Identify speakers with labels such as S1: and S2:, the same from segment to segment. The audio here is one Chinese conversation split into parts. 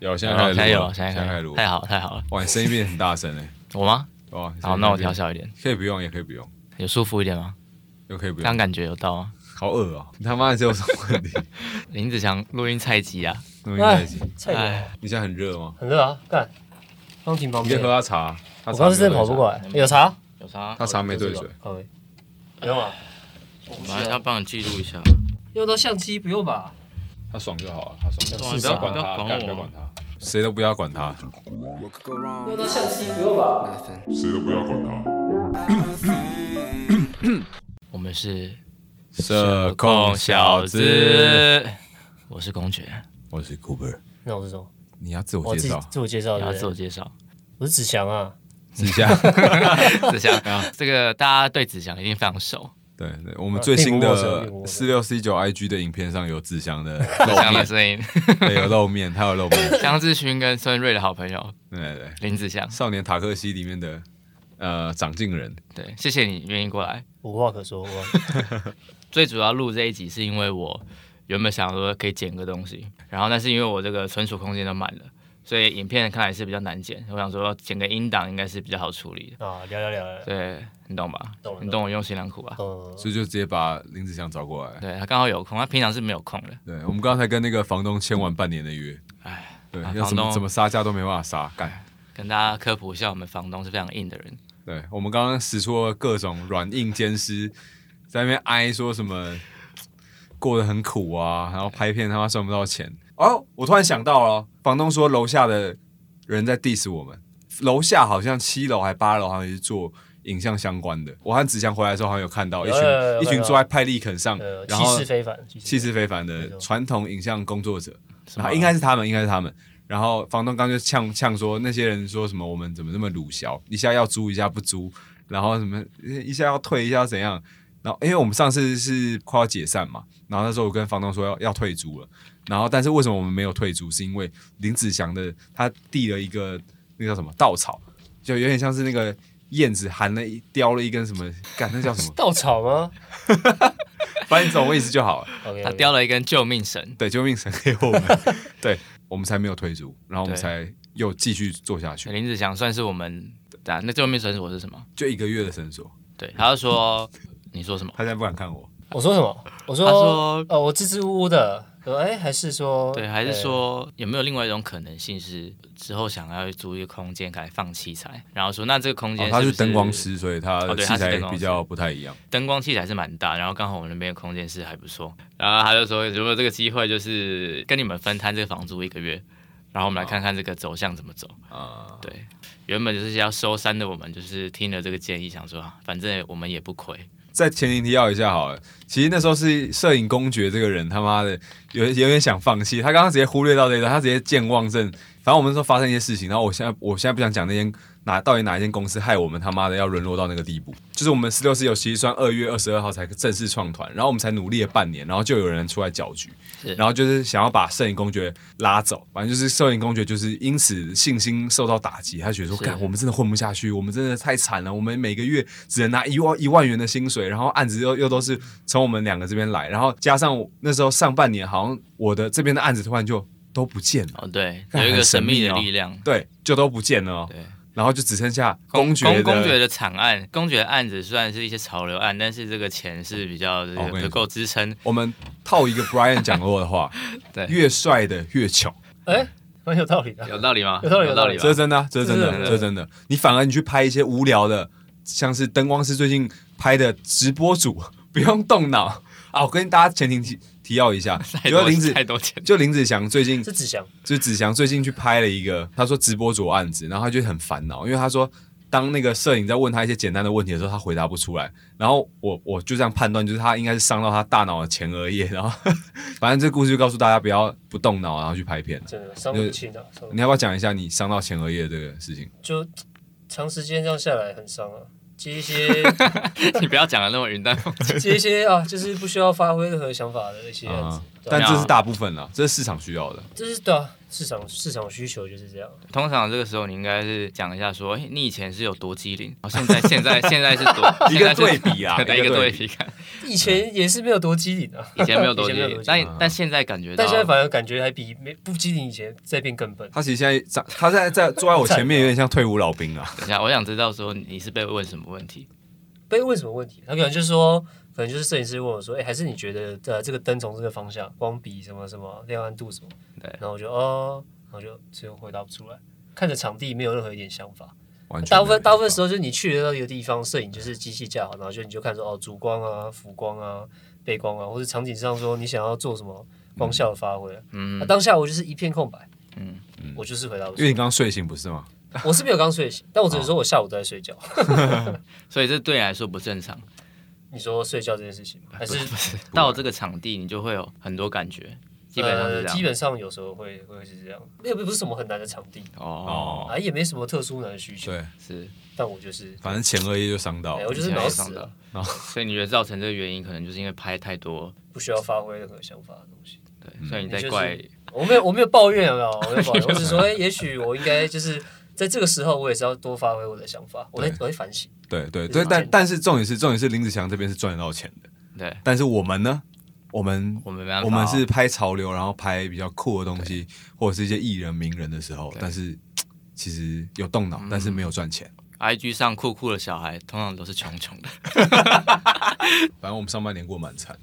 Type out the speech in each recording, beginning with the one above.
S1: 有，现在开
S2: 有
S1: 始录
S2: 有，
S1: 了，
S2: 哦现在
S1: 开
S2: 开
S1: 始
S2: 始
S1: 录
S2: 录，
S1: 了。
S2: 太好了太好了，
S1: 哇，你声音变很大声哎！
S2: 我吗？
S1: 哇，你声
S2: 好，
S1: 音
S2: 那我
S1: 变
S2: 调，小一点，
S1: 可以不用，也可以不用，
S2: 有舒服一点吗？
S1: 又可以不
S2: 刚
S1: 用，
S2: 感觉有到吗？
S1: 好恶哦！ 你他妈的是有什么问题？
S2: 林子祥录音菜鸡啊，
S1: 录音在一起，
S3: 菜
S4: 哎
S2: 哎
S3: 鸟，
S1: 你现在很热吗？
S3: 哎很热啊，干，钢琴旁
S1: 你可以
S3: 边。
S1: 喝他茶，他
S3: 我
S1: 茶
S3: 刚是真的
S1: 没
S3: 跑
S1: 有
S3: 不
S1: 对
S3: 过来，有茶？
S2: 有啥？
S1: 他茶没兑水，
S3: 好诶，不用啊，
S4: 来，他帮你记录一下。
S3: 用到相机不用吧？
S1: 他爽就好了，他爽就好。
S4: 爽
S1: 不要管
S4: 不要
S1: 他，
S4: 管
S1: 干
S4: 我
S1: 不要管他，谁都不要管他。
S5: What could go wrong?
S3: 用到相机不用吧？
S5: Nothing.
S2: 我们是
S1: 社
S2: 控小，子，我是公爵，
S1: 我是 Cooper，
S3: 那我是什么？
S1: 你要自我
S3: 我
S1: 介
S3: 自己
S1: 绍
S3: 自我介绍，
S2: 你
S3: 对
S2: 要
S3: 不
S2: 自
S3: 对
S2: 我介绍。
S3: 我是子祥啊，
S1: 一下。
S2: 子祥，
S1: 啊
S2: 这个大家对子祥一定非常熟，
S1: 对，对我们最新
S3: 并不陌生并不
S1: 的
S3: 陌
S1: 四
S3: 生
S1: 六 C 九 IG 的影片上有志祥的
S2: 子
S1: 露
S2: 祥的
S1: 面，
S2: 声 音，
S1: 对，有露面，他有露面，
S2: 江志勋跟孙瑞的好朋友
S1: 对对对，
S2: 林子祥，
S1: 《少年塔克西》里面的呃长进人，
S2: 对，谢谢你愿意过来。
S3: 无话可说。无话可说
S2: 最主要录这一集是因为我原本想说可以剪个东西，然后但是因为我这个存储空间都满了，所以影片看来是比较难剪。我想说剪个音档应该是比较好处理的。
S3: 啊，聊聊聊聊聊。
S2: 对你懂吧？
S3: 懂了
S2: 你懂我用心良苦吧？
S3: 呃，
S1: 所以就直接把林子祥找过来。
S2: 对他刚好有空，他平常是没有空的。
S1: 对，我们刚才跟那个房东签完半年的约，
S2: 哎，
S1: 对，
S2: 啊
S1: 要
S2: 房
S1: 怎么
S2: 东
S1: 怎么杀价都没办法杀，干。
S2: 跟大家科普一下，我们房东是非常硬的人。
S1: 对，我们刚刚使出了各种软硬兼施，在那边哀说什么过得很苦啊，然后拍片他妈赚不到钱。哦，我突然想到了，房东说楼下的人在 diss 我们，楼下好像七楼还八楼好像也是做影像相关的。我和子祥回来的时候好像有看到一群
S3: 有有有有
S1: 一群坐在派力肯上
S3: 呃，，
S1: 然
S3: 气
S1: 后
S3: 势非凡，气
S1: 气
S3: 非
S1: 势非凡的
S3: 没错
S1: 传统影像工作者，
S2: 什
S1: 然
S2: 么
S1: 后应该是他们，应该是他们。然后房东刚就呛呛说那些人说什么我们怎么那么鲁小，一下要租一下不租，然后什么 一下要退一下要怎样。然后因为我们上次是快要解散嘛，然后那时候我跟房东说要要退租了，然后但是为什么我们没有退租？是因为林子祥的他递了一个那叫什么稻草，就有点像是那个燕子含了一叼了一根什么，干那叫什么
S3: 凡。？稻草吗
S1: 反正你懂我意思就好了。
S3: 啊？OK，
S2: 他叼了一根救命绳，
S1: 对，救命神给我们， 对我们才没有退租，然后我们
S2: 对
S1: 才又继续做下去，
S2: 林子祥算是我们啊，那救命绳索是什么？
S1: 就一个月的绳索。
S2: 对，他就说你说什么？
S1: 他现在不敢看我，
S3: 我说什么？我说
S2: 他说
S3: 呃，我支支吾吾的。说哎，还是说
S2: 对，还是
S3: 呃
S2: 说有没有另外一种可能性是之后想要租一个空间来放器材，然后说那这个空间
S1: 哦
S2: 是不
S1: 他
S2: 是、
S1: 是灯光，师，所以他
S2: 哦
S1: 的
S2: 对
S1: 器
S2: 他是
S1: 材
S2: 灯光
S1: 比
S2: 师
S1: 较不太一样。
S2: 灯光器材是蛮大，然后刚好我们那边的空间是还不错，然后他就说如果这个机会就是跟你们分摊这个房租一个月，然后我们来看看这个走向怎么走。
S1: 啊、
S2: 对，原本就是要收山的，我们就是听了这个建议，想说啊反正我们也不亏，
S1: 在前情提要一下好了，其实那时候是摄影公爵这个人他妈的有有点想放弃，他刚刚直接忽略到这一段，他直接健忘症。反正我们说发生一些事情，然后我现在我现在不想讲那间哪到底哪一间公司害我们他妈的要沦落到那个地步。就是我们四六四九其实算二月二十二号才正式创团，然后我们才努力了半年，然后就有人出来搅局
S2: 是，
S1: 然后就是想要把摄影公爵拉走。反正就是摄影公爵就是因此信心受到打击，他觉得说，
S2: 是
S1: 干我们真的混不下去，我们真的太惨了，我们每个月只能拿一万一万元的薪水，然后案子又又都是从我们两个这边来，然后加上我那时候上半年好像我的这边的案子突然就都不见了，
S2: 哦对，
S1: 看
S2: 有一个
S1: 很神
S2: 神秘
S1: 秘
S2: 的
S1: 哦
S2: 力量，
S1: 对，就都不见了哦、
S2: 对。
S1: 然后就只剩下公爵的
S2: 公公爵的惨案，公爵的案子虽然是一些潮流案，但是这个钱是比较这
S1: 哦我跟
S2: 个
S1: 你
S2: 不够支撑。，
S1: 我们套一个 Brian 讲过的话
S2: 对
S1: 越帅的越穷，
S3: 哎，蛮有道理的。
S2: 有道理吗？
S3: 有道理有道理
S2: 吧
S1: 这是真的啊，这是真的
S3: 这是真，
S1: 这
S3: 的
S1: 是真的。你反而你去拍一些无聊的，像是灯光师最近拍的直播主， 不用动脑啊。我跟大家前提提提要一 下，
S2: 太
S1: 就林
S2: 多
S1: 子
S2: 太多钱，
S1: 就林子祥最近
S3: 是子祥，
S1: 就子祥最近去拍了一个，他说直播主案子，然后他就很烦恼，因为他说当那个摄影在问他一些简单的问题的时候，他回答不出来。然后我我就这样判断，就是他应该是伤到他大脑的前额叶。然后 反正这故事就告诉大家不要不动脑，然后去拍片。
S3: 真的伤不轻啊，伤不
S1: 你要不要讲一下你伤到前额叶这个事情？
S3: 就长时间这样下来很伤啊。接一些
S2: 你不要讲的那么云淡风 轻。
S3: 接一些啊，就是不需要发挥任何想法的那些案子，
S1: 但这是大部分啦，这是市场需要的。
S3: 这是对啊，市场市场需求就是这样。
S2: 通常这个时候你应该是讲一下说，哎、你以前是有多机灵，然哦后现在现在现在是多
S1: 一个
S2: 现在是
S1: 对比啊
S2: 对
S1: 一
S2: 一
S1: 个
S2: 个
S1: 对比
S2: 对比看，
S3: 以前也是没有多机灵啊，
S2: 以前没有多机
S3: 以前没有多
S2: 灵，
S3: 机
S2: 但但现在感觉到
S3: 但现在反而感觉还比没不机灵以前在变更笨。
S1: 他其实现在长，他现在在坐在我前面，有点像退伍老兵啊。
S2: 等一下，我想知道说你是被问什么问题？
S3: 被问什么问题？啊他可能就是说，可能就是摄影师问我说：“哎、还是你觉得呃这个灯从这个方向，光比什么什么亮暗度什么？”
S2: 对
S3: 然后我就哦，然后就最后回答不出来，看着场地没有任何一点想法。
S1: 完全
S3: 大部分大部分时
S1: 候，
S3: 候就是你去了那个地方，摄影就是机器架好，然后就你就看说哦主光啊、辅光啊、背光啊，或者场景上说你想要做什么光效的发挥。啊
S2: 嗯
S3: 那、，当下我就是一片空白，
S2: 嗯
S3: 我就是回答不出
S1: 因为你刚刚睡醒不是吗？
S3: 来。我是没有刚睡醒，但我只
S2: 哦
S3: 能说我下午都在睡觉。
S2: 所以这对你来说不正常，
S3: 你说睡觉这件事情吗？还是
S2: 哎不是到这个场地你就会有很多感觉，基本上是
S3: 呃、
S2: 这
S3: 基
S2: 样。
S3: 本上有时候会会是这样，没有不是什么很难的场地，
S2: 哦，
S1: 哦，
S3: 啊也没什么特殊难的需求，
S1: 对，
S2: 是，
S3: 但我就是，
S1: 反正前额叶就伤到
S3: 哎、，我就是
S2: 你现在
S3: 脑
S2: 也上
S3: 死
S2: 到
S3: 了，
S2: 所以你觉得造成这个原因，可能就是因为拍太多，
S3: 不需要发挥任何想法的东西。
S2: 对，所以你
S3: 你
S2: 在
S3: 就是
S2: 怪
S3: 我没有我没有抱怨有没有？我没有抱怨，我只是说，哎、也许我应该就是在这个时候，我也是要多发挥我的想法，我在
S1: 对
S3: 我会反省。
S1: 对对
S3: 就是
S1: 对，但
S3: 钱
S1: 但是重点是重点是林子祥这边是赚得到钱的，
S2: 对，
S1: 但是我们呢，我们
S2: 我们没办法，
S1: 我
S2: 哦
S1: 们是拍潮流，然后拍比较酷的东西，或者是一些艺人名人的时候，但是其实有动脑，但是
S3: 嗯
S1: 没有赚钱。
S2: IG 上酷酷的小孩，通常都是穷穷的。
S1: 反正我们上半年过蛮惨，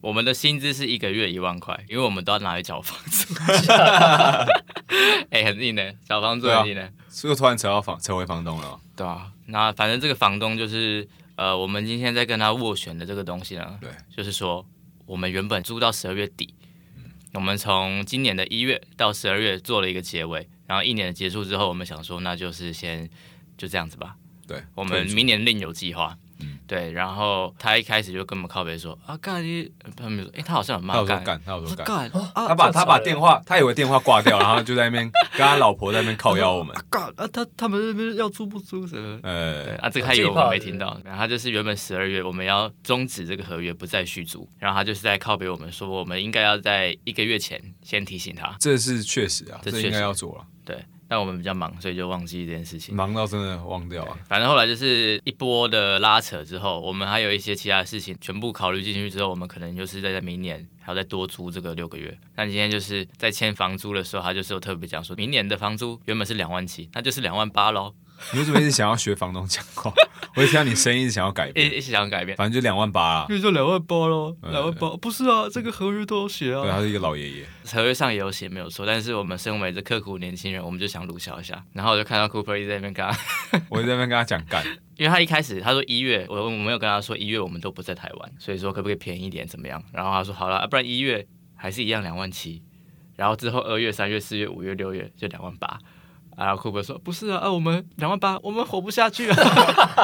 S2: 我们的薪资是一个月一万块，因为我们都要拿来缴房 租。 哎、很硬的，缴房租
S1: 对啊
S2: 很硬的。
S1: 所以我突然扯到房成为房东了。
S2: 对啊，那反正这个房东就是呃，我们今天在跟他斡旋的这个东西呢，
S1: 对，
S2: 就是说我们原本租到十二月底，
S1: 嗯
S2: 我们从今年的一月到十二月做了一个结尾，然后一年的结束之后，我们想说那就是先就这样子吧，
S1: 对，
S2: 我们
S1: 退出
S2: 明年另有计划。
S1: 嗯
S2: 对，然后他一开始就跟我们靠背说啊，干你，他们说，哎，他好像有
S1: 他
S2: 骂
S1: 有说
S2: 干，
S1: 干，他有说干。
S2: 干啊
S1: 他把
S3: 这么
S1: 他
S3: 吵
S1: 把
S3: 的
S1: 电话，他以为电话挂掉，然后就在那边跟他老婆在那边靠腰我 们。
S2: 干啊，他他们那边要租不租什么？对
S1: 呃，
S2: 啊，这个他以为我们没听到，然后他就是原本十二月我们要终止这个合约，不再续租，然后他就是在靠北我们说，我们应该要在一个月前先提醒他。
S1: 这是确实啊，
S2: 这
S1: 这
S2: 确实
S1: 应该要做了，
S2: 对，但我们比较忙，所以就忘记这件事情。
S1: 忙到真的忘掉啊。
S2: 反正后来就是一波的拉扯之后，我们还有一些其他的事情全部考虑进去之后，我们可能就是在在明年还要再多租这个六个月。那今天就是在签房租的时候，他就是有特别讲说，明年的房租原本是两万七，那就是两万八喽，
S1: 你为什么一直想要学房东讲 话？我一听到你声音一直想要改
S2: 一
S1: 变，
S2: 一起想改变。
S1: 反正就两万八啊。
S2: 因为就两万八喽，
S1: 嗯两万
S2: 八不是啊，这个合约都有写啊
S1: 对，。他是一个老爷爷。
S2: 合约上也有写没有错，但是我们身为这刻苦年轻人，我们就想鲁小一下。然后我就看到 Cooper 一直在那边跟他，
S1: 我在那边跟他讲干，
S2: 因为他一开始他说一月，我我没有跟他说一月我们都不在台湾，所以说可不可以便宜一点怎么样？然后他说好了，啊不然一月还是一样两万七，然后之后二月、三月、四月、五月、六月就两万八。啊然后 Cooper 说不是啊，啊我们两万八，我们活不下去啊。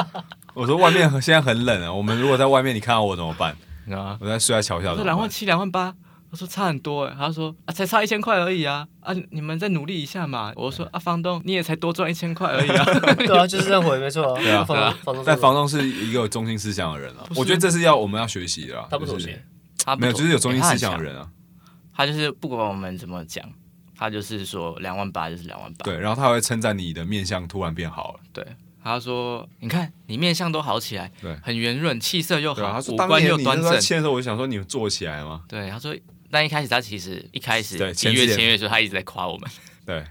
S1: 我说外面现在很冷啊，我们如果在外面你看到我怎么办？
S2: 然后
S1: 我在睡在桥下
S2: 我
S1: 怎么
S2: 说两万
S1: 办？
S2: 七、两万八，我说差很多哎。他说啊，才差一千块而已啊啊，你们再努力一下嘛。我说啊，房东你也才多赚一千块而已啊。
S3: 对啊，就是这样回，没错啊。
S1: 对啊
S3: 放
S2: 对啊
S3: 放松
S1: 但房东是一个有中心思想的人啊
S2: 不，是
S1: 我觉得这是要我们要学习的啊。
S3: 他不妥
S1: 就是
S3: 协，
S2: 他不
S1: 没有，
S2: 懂
S1: 就是有中心思想
S2: 欸
S1: 的人啊。
S2: 他很强他就是不管我们怎么讲，他就是说两万八就是两万八。
S1: 对，然后他会称赞你的面相突然变好了。
S2: 对，他说你看你面相都好起来，
S1: 对
S2: 很圆润，气色又
S1: 对啊，
S2: 好
S1: 他，说
S2: 五
S1: 当
S2: 官
S1: 年
S2: 又
S1: 你那
S2: 端
S1: 时候在
S2: 正。
S1: 签的时候，我就想说你们做起来吗？
S2: 对，他说。但一开始他其实一开始
S1: 对
S2: 一
S1: 前
S2: 月
S1: 几
S2: 签
S1: 天
S2: 约的时候，他一直在夸我们。
S1: 对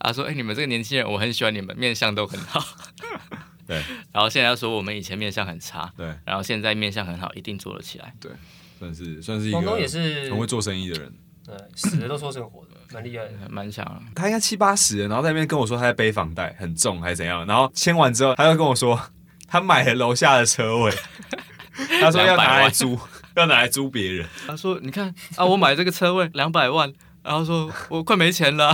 S2: 他说：“哎、你们这个年轻人，我很喜欢你们，面相都很好。
S1: 对”
S2: 然后现在他说我们以前面相很差，
S1: 对，
S2: 然后现在面相很好，一定做得起来。
S1: 算是算是一
S3: 房东
S1: 个
S3: 也是
S1: 很会做生意的人。
S3: 呃死的都说成活的，蛮厉害的。
S2: 蛮强的，
S1: 他应该七八十了，然后在那边跟我说他在背房贷很重还是怎样，然后签完之后他又跟我说他买了楼下的车 位，他说要拿来租，要拿来租别人。
S2: 他说：“你看啊，我买这个车位两百万，然后说我快没钱了，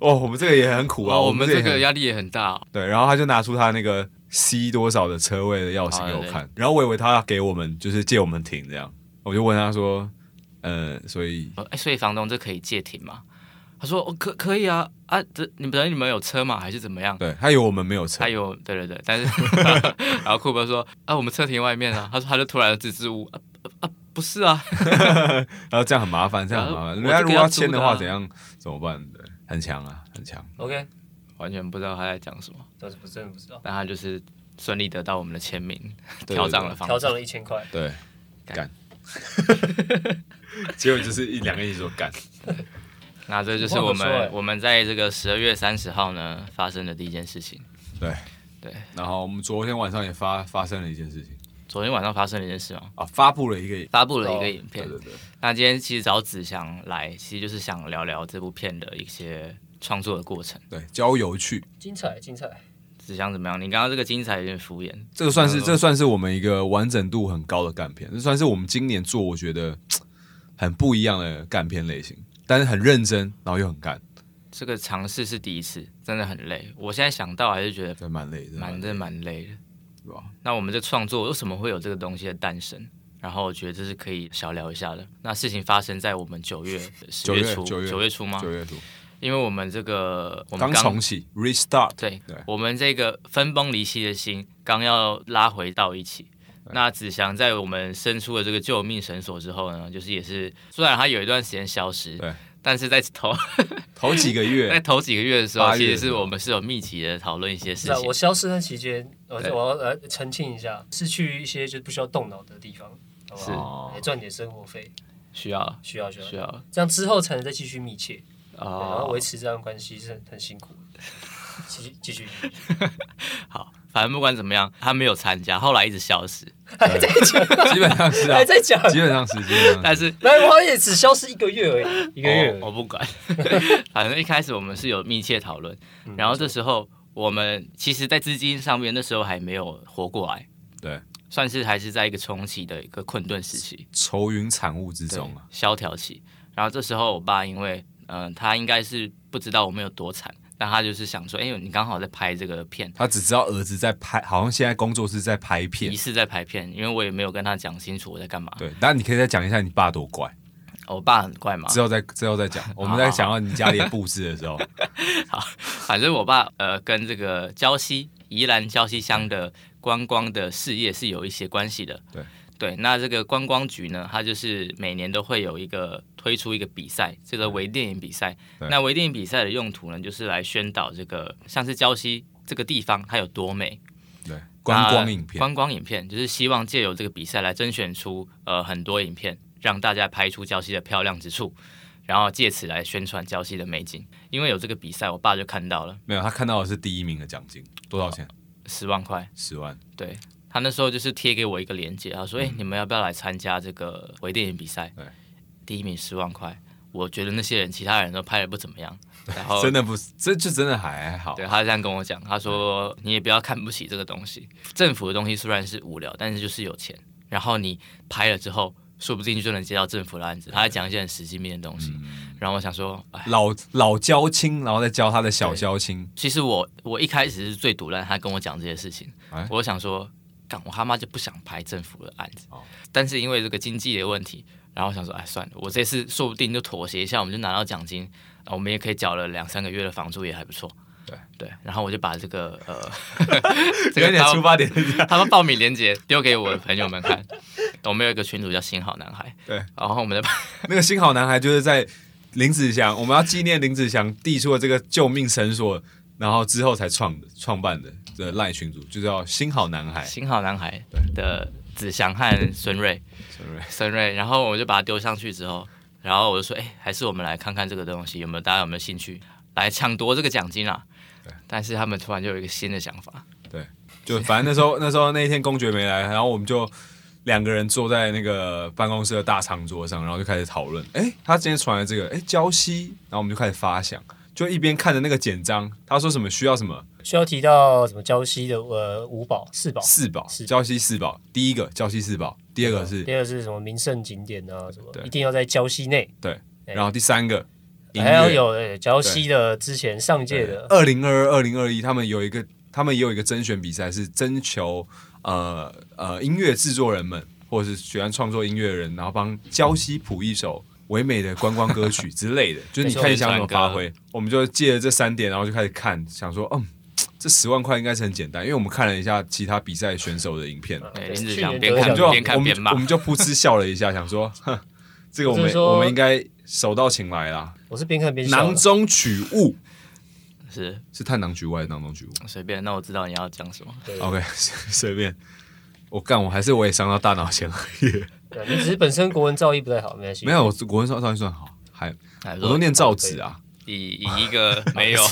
S1: 哦，我们这个也很苦啊，
S2: 哦哇我
S1: 们
S2: 们
S1: 这
S2: 这
S1: 也很
S2: 个压力也很大、哦。
S1: 对，然后他就拿出他那个 C 多少的车位的钥匙给我看，然后我以为他要给我们就是借我们停这样，我就问他说，呃，所以
S2: 我说”哎，所以房东这可以借停吗？他说：“哦，可可以啊，啊，这你们等于你们有车吗？还是怎么样
S1: 对他以为我们没有？”车
S2: 他，有，对 对对，但是然后库珀说：“啊，我们车停外面啊。”他说：“他就突然支支吾吾啊啊啊，不是啊，
S1: 然 后这样很麻烦，这样很麻烦。
S2: 我
S1: 人家如果要签的话，
S2: 我这
S1: 怎
S2: 个
S1: 样怎么办？对，很强啊，很强。
S3: OK，
S2: 完全不知道他在讲什么，
S3: 但是不真的不知道，
S2: 但他就是顺利得到我们的签名，
S1: 对
S2: 调涨了房
S3: 调
S2: 子
S3: 涨了一千块，
S1: 对，干。 结果就是一两个一起说干，
S2: 那这就是我
S3: 不错哎
S2: 们我们在这个十二月三十号呢发生的第一件事情。
S1: 对
S2: 对。
S1: 然后我们昨天晚上也发发生了一件事情
S2: 昨天晚上发生了一件事嘛，
S1: 啊，发布了一个，
S2: 发布了一
S3: 哦
S2: 个影片。
S1: 对对对，
S2: 那今天其实找子祥来，其实就是想聊聊这部片的一些创作的过程。
S1: 对郊游去，
S3: 精彩精彩，
S2: 子祥怎么样？你刚刚这个精彩有点敷衍，
S1: 这个算是
S2: 嗯
S1: 这算是我们一个完整度很高的干片，这算是我们今年做我觉得很不一样的干片类型，但是很认真，然后又很干，
S2: 这个尝试是第一次，真的很累。我现在想到还是觉得
S1: 真的蛮累的，
S2: 蛮真的蛮累的。
S1: 对吧？
S2: 那我们这创作为什么会有这个东西的诞生？然后我觉得这是可以小聊一下的。那事情发生在我们九月、十
S1: 9月
S2: 初、
S1: 9月
S2: 九月初吗
S1: 九？月初
S2: 因为我们这个我们
S1: 刚重启，restart，
S2: 对
S1: 对，
S2: 我们这个分崩离析的心刚要拉回到一起。那子祥在我们伸出了这个救命绳索之后呢，就是也是虽然他有一段时间消失，
S1: 对，
S2: 但是在头
S1: 头几个
S2: 在
S1: 月，
S2: 头几个月的时候，
S1: 八月
S2: 其
S1: 的
S2: 实
S1: 时候
S2: 是我们是有密集的讨论一些事
S3: 是啊，
S2: 情
S3: 我。消失那期间，我
S2: 对
S3: 我要来澄清一下，是去一些就是不需要动脑的地方，好不
S2: 是
S3: 好？
S1: 哦
S3: 来赚点生活费，
S2: 需要
S3: 需要需要
S2: 需，要
S3: 这样之后才能再继续密切，对然后
S2: 哦
S3: 维，持这样的关系是很很辛苦的。继续 继续，
S2: 好，反正不管怎么样，他没有参加，后来一直消失，
S1: 嗯
S3: 还在讲，
S1: 基本上是啊
S3: 还，在讲，
S1: 基本上是，基本上
S2: 但是
S3: 来，我好像也只消失一个月而已，一
S2: 一
S3: 个月而
S1: 哦
S3: 已
S2: 我不 管，反正一开始我们是有密切讨论，
S1: 嗯
S2: 然后这时候我们其实，在资金上面那时候还没有活过来，
S1: 对，
S2: 算是还是在一个重启的一个困顿时期，
S1: 愁云惨雾之
S2: 对
S1: 中啊，
S2: 萧条期。然后这时候我爸因为，嗯、他应该是不知道我们有多惨，但他就是想说，哎、你刚好在拍这个片，
S1: 他只知道儿子在拍，好像现在工作是在拍片
S2: 疑，似在拍片，因为我也没有跟他讲清楚我在干嘛。
S1: 对，那你可以再讲一下你爸多乖，
S2: 哦我爸很怪嘛，
S1: 之后再之后再讲，我们在讲到你家里的布置的 时候，
S2: 反正我爸呃跟这个礁溪宜兰礁溪乡的观光的事业是有一些关系的。
S1: 对
S2: 对，那这个观光局呢，它就是每年都会有一个推出一个比赛，这个微电影比赛。
S1: 对
S2: 那微电影比赛的用途呢，就是来宣导这个像是礁溪这个地方它有多美，
S1: 对，观光影
S2: 那
S1: 片，
S2: 观光影片就是希望借由这个比赛来甄选出呃很多影片，让大家拍出礁溪的漂亮之处，然后借此来宣传礁溪的美景。因为有这个比赛，我爸就看到了
S1: 没有，他看到的是第一名的奖金，多少钱？
S2: 十万块，
S1: 十万。
S2: 对他那时候就是贴给我一个链接，他说：“哎、你们要不要来参加这个微电影比赛
S1: 嗯对？
S2: 第一名十万块。”我觉得那些人，其他人都拍的不怎么样，然后
S1: 真的不是，这就真的还好
S2: 哦对，他这样跟我讲，他说你也不要看不起这个东西，政府的东西虽然是无聊，但是就是有钱，然后你拍了之后，说不定就能接到政府的案子。他在讲一些很实际面的东西，
S1: 嗯
S2: 然后我想说，哎，
S1: 老老交青，然后再教他的小交青，
S2: 其实我我一开始是最堵烂，他跟我讲这些事情，
S1: 哎
S2: 我想说，干我他妈就不想拍政府的案子，
S1: 哦
S2: 但是因为这个经济的问题，然后我想说，哎，算了，我这次说不定就妥协一下，我们就拿到奖金，啊我们也可以缴了两三个月的房租，也还不错。
S1: 对
S2: 对，然后我就把这个 呃，这
S1: 有
S2: 个
S1: 点
S2: 他
S1: 出
S2: 们
S1: 发点 是这样。
S2: 他们报名链接丢给我的朋友们看，我们有一个群主叫“新好男孩”，
S1: 对，
S2: 然后我们的
S1: 那个新好男孩就是在林子祥，我们要纪念林子祥递出的这个救命绳索，然后之后才创的创办的的赖群组，就叫新好男孩。
S2: 新好男孩的子祥和孙瑞，
S1: Sorry
S2: 孙瑞，然后我就把它丢上去之后，然后我就说，哎、还是我们来看看这个东西有没有大家有没有兴趣来抢夺这个奖金啊
S1: 对？
S2: 但是他们突然就有一个新的想法，
S1: 就反正那时候那时候那一天公爵没来，然后我们就两个人坐在那个办公室的大长桌上，然后就开始讨论。哎，他今天传来这个，哎，礁溪，然后我们就开始发想，就一边看着那个简章，他说什么需要什么
S3: 需要提到什么礁溪的呃五宝四宝，
S1: 哦四宝，
S3: 是
S1: 礁溪四宝，第一个礁溪四宝，第二个是
S3: 第二个是什么名胜景点啊，什么
S1: 对
S3: 一定要在礁溪内，
S1: 对，
S3: 对
S1: 然后第三个音
S3: 还要
S1: 乐，
S3: 有呃礁溪的之前上届的
S1: 二零二二、二零二一，他们有一个，他们也有一个甄选比赛，是征求呃呃音乐制作人们或者是喜欢创作音乐的人，然后帮礁溪谱一首。唯美的观光歌曲 之类的，就是你看你想怎么发挥，我们就借着这三点，然后就开始看，想说，嗯，这十万块应该是很简单，因为我们看了一下其他比赛选手的影片，
S3: 啊
S2: 对
S3: 对
S2: 林子
S3: 去
S2: 祥
S3: 年
S2: 边
S3: 得
S1: 我
S3: 奖
S1: 们
S2: 看
S1: 就
S2: 嗯边
S1: 我们
S2: 骂
S1: 我们就噗嗤笑了一下，想说， 哼，这个我
S3: 就
S1: 们
S3: 是说
S1: 我们应该手到擒来啦，
S3: 我是边看边笑
S1: 囊
S3: 的。
S1: 中取物
S2: 是
S1: 是探囊取物还是囊中取物
S2: 随便。那我知道你要讲什么，
S3: 对
S1: ？OK，随 便。我干，我还是我也伤到大脑前额 叶。
S3: 对你只是本身国文造诣不太好，没关系。
S1: 没有，我国文算算算好，还
S2: 来
S1: 我都念啊造纸啊。
S2: 以以一 个没有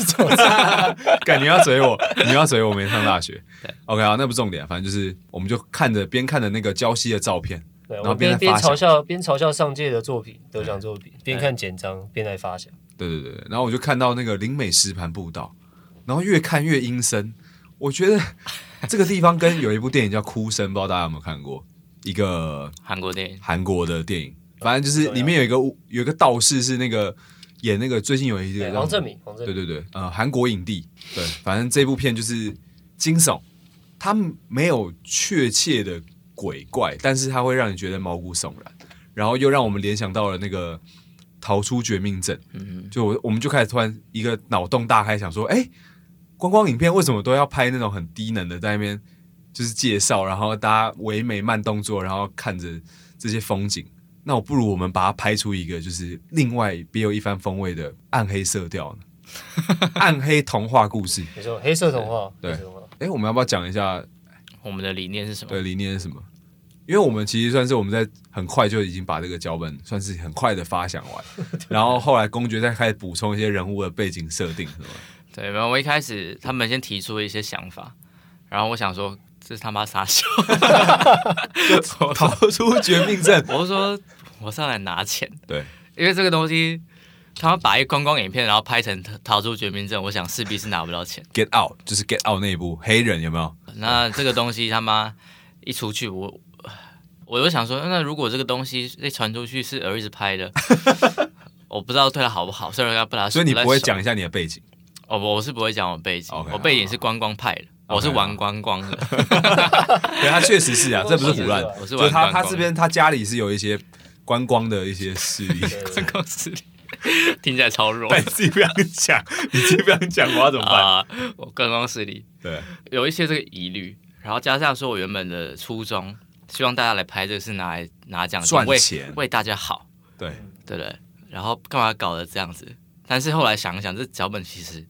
S1: 干，你要嘴我，你要嘴我没上大学。OK 啊，那不重点，反正就是我们就看着边看着那个礁溪的照片，
S3: 对，
S1: 然
S3: 我
S1: 后
S3: 们边
S1: 边
S3: 边
S1: 在发
S3: 嘲笑边嘲笑上届的作品，得奖作品，边看简章边来发想。
S1: 对对对，对然后我就看到那个灵美石盘步道，然后越看越阴森。我觉得这个地方跟有一部电影叫《哭声》，不知道大家有没有看过？一个
S2: 韩国电影，
S1: 韩国的电影，反正就是里面有一个巫有一个道士是那个演那个最近有一个
S3: 对，
S1: 叫
S3: 王
S1: 什
S3: 正
S1: 么
S3: 明，王正
S1: 对
S3: 明，
S1: 对对，呃，韩国影帝，对，反正这部片就是惊悚，它没有确切的鬼怪，但是它会让你觉得毛骨悚然，然后又让我们联想到了那个逃出绝命镇，
S2: 嗯，
S1: 就我我们就开始突然一个脑洞大开，想说，哎，观光影片为什么都要拍那种很低能的在那边就是介绍，然后大家唯美慢动作，然后看着这些风景。那我不如我们把它拍出一个就是另外别有一番风味的暗黑色调呢， 暗黑童话故事。
S3: 你说黑色童话，
S1: 对
S3: 黑色童话，
S1: 哎，我们要不要讲一下
S2: 我们的理念是什么？
S1: 对理念是什么？因为我们其实算是我们在很快就已经把这个脚本算是很快的发想 完，然后后来公爵再开始补充一些人物的背景设定什么 的。
S2: 对，然后我一开始他们先提出了一些想法，然后我想说这是他妈 傻笑，
S1: 逃出绝命
S2: 。
S1: 镇
S2: 我就说我上来拿钱，
S1: 对，
S2: 因为这个东西。他们把一观光影片，然后拍成《逃出绝命镇》，我想势必是拿不到钱。
S1: 《Get Out》就是 Get Out 那一部黑人有没有？
S2: 那这个东西他妈一出去，我我就想说，那如果这个东西被传出去是儿子 拍的，我不知道对他好不好，虽然要不他，
S1: 所以你
S2: 在
S1: 不会
S2: 手
S1: 讲一下你的背景，
S2: 哦，我我是不会讲我背景
S1: OK，
S2: 我背景是观光派的，我是玩观光的。
S1: 对，他确实是啊，这不是胡乱，
S2: 我是
S1: 就是
S2: 玩
S1: 他
S2: 观
S1: 他
S2: 光。
S1: 这边他家里是有一些观光的一些势力。
S3: 对对对
S2: 观光势力听起来超弱
S1: 但你自己不想讲，你自己不想讲，我要怎么办？
S2: 啊、我观光势力
S1: 对，
S2: 有一些这个疑虑，然后加上说我原本的初衷，希望大家来拍这个是拿来拿奖金
S1: 赚
S2: 为
S1: 钱
S2: 为大家好，
S1: 对，
S2: 对不对？然后干嘛搞得这样子？但是后来想一想，这脚本其实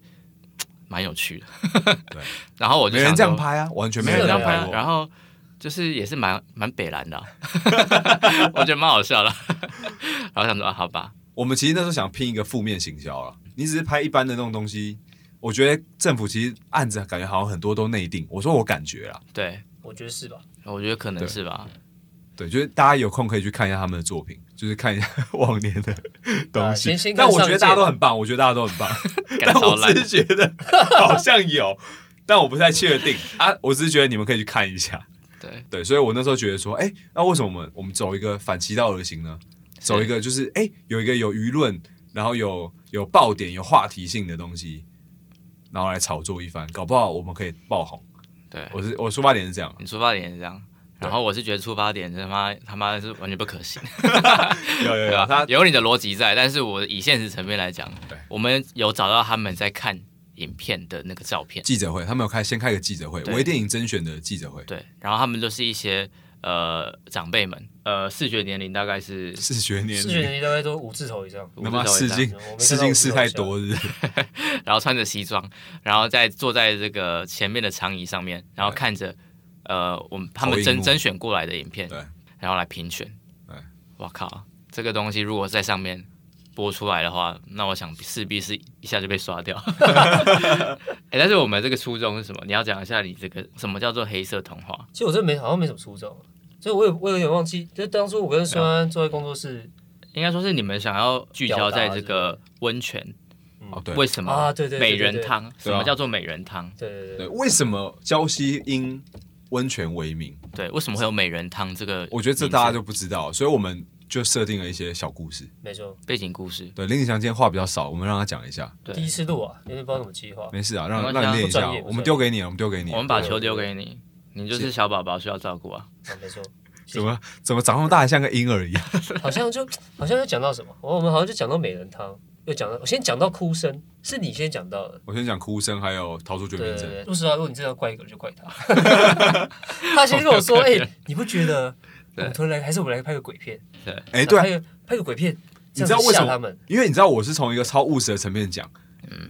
S2: 蛮有趣的。
S1: 对，
S2: 然后我就
S1: 没人
S2: 想
S1: 这样
S2: 说，
S1: 拍啊，完全没
S2: 没
S1: 人
S2: 有
S1: 这
S2: 这
S1: 样
S2: 样拍
S3: 没
S1: 拍
S2: 啊。
S1: 过。
S2: 然后就是也是蛮蛮北蓝的啊、 我觉得蛮好笑的。 然后想说啊，好吧，
S1: 我们其实那时候想拼一个负面行销了，你只是拍一般的那种东西，我觉得政府其实案子感觉好像很多都内定。我说我感觉啊啦，
S2: 对，
S3: 我觉得是吧？
S2: 我觉得可能是吧。
S1: 对，就是大家有空可以去看一下他们的作品，就是看一下 往年的东
S3: 啊
S1: 西。
S3: 先先看
S1: 但我觉
S3: 上
S1: 得
S3: 一届
S1: 大家都很棒，我觉得大家都很 棒，
S2: 干
S1: 但
S2: 超
S1: 我
S2: 烂
S1: 只是觉得好像有，但我不太确定啊。我只是觉得你们可以去看一下。
S2: 对，
S1: 对，所以我那时候觉得说，哎、那为什么我们我们走一个反其道而行呢？走一个就是哎、有一个有舆论，然后有有爆点、有话题性的东西，然后来炒作一番，搞不好我们可以爆红。
S2: 对，
S1: 我是我出发点是这样，啊
S2: 你出发点是这样。然后我是觉得出发点他妈他妈是完全不可行，
S1: 有有
S2: 对
S1: 有，
S2: 吧
S1: 啊他？
S2: 有你的逻辑在，但是我以现实层面来讲
S1: 对，
S2: 我们有找到他们在看影片的那个照片，
S1: 记者会，他们有开先开个记者会，
S2: 对
S1: 微电影甄选的记者会，
S2: 对，然后他们就是一些呃长辈们，呃视觉年龄大概是
S1: 视觉年
S3: 视觉
S1: 龄，
S3: 能力大概都五字头以上，
S1: 他妈
S2: 我不
S1: 试
S2: 知道
S1: 镜
S3: 我没看到
S1: 试镜试太多日，
S2: 然后穿着西装，然后再坐在这个前面的长椅上面，然后看着呃我们他
S1: 投
S2: 们
S1: 影幕
S2: 甄甄选过来的影片，
S1: 对
S2: 然后来评选
S1: 对。
S2: 我靠，这个东西如果在上面播出来的话，那我想势必是一下就被刷 掉。哎、但是我们这个初衷是什么？你要讲一下你这个什么叫做黑色童话？
S3: 其实我真的没好像没什么初衷啊，所以我也我有点忘记，就当初我跟孙安坐在工作室
S2: 应该说是你们想要聚焦在这
S3: 表达
S2: 个温泉，
S1: 哦对
S2: 为什么？
S3: 啊，对对，对
S2: 美人，汤，
S1: 对
S2: 什
S1: 啊
S2: 么叫做美人汤？
S3: 对对对对
S1: 对，
S3: 对，
S1: 为什么礁溪因温泉为名？
S2: 对，为什么会有美人汤这个名字？
S1: 我觉得这大家就不知道，所以我们就设定了一些小故事。
S3: 没错，
S2: 背景故事。
S1: 对，林子祥今天话比较少，我们让他讲一下。
S2: 对
S3: 第一次录啊，有点不知道怎么计划，
S1: 没事啊，
S2: 没
S1: 让
S2: 关系啊
S1: 让你练一下
S3: 不专业，不专业
S1: 我们丢给你，我们丢给你。
S2: 我们把球丢给你，你就是小宝宝需要照顾啊。
S3: 啊 没错，
S1: 怎么怎么长那么大，像个婴儿一样？
S3: 好像就好像就讲到什么，我我们好像就讲到美人汤，因又讲到，我先讲到哭声，是你先讲到的。
S1: 我先讲哭声，还有逃出绝
S3: 对
S1: 命
S3: 对
S1: 镇。
S3: 对，说实话，如果你真的要怪一个人，就怪他。他先跟我说：“哎、你不觉得我们突然来，还是我们来拍个鬼片？
S1: 哎、对啊、
S3: 拍个拍个鬼片，
S1: 你知道为什
S3: 这样子吓他
S1: 么
S3: 们？？
S1: 因为你知道我是从一个超务实的层面讲，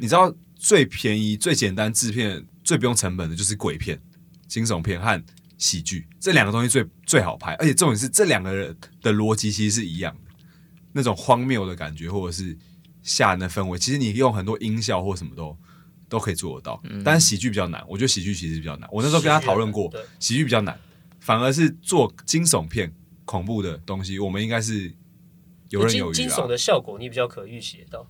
S1: 你知道最便宜、最简单制片、最不用成本的就是鬼片、惊悚片和喜剧这两个东西最最好拍，而且重点是这两个人的逻辑其实是一样的，那种荒谬的感觉或者是吓人的氛围，其实你用很多音效或什么都。都可以做得到，但是喜剧比较难。我觉得喜剧其实比较难。我那时候跟他讨论过
S3: 嗯是的对，啊
S1: 喜剧比较难，反而是做惊悚片、恐怖的东西，我们应该是游刃有余、啊。
S3: 惊惊悚的效果你比较可预期得到。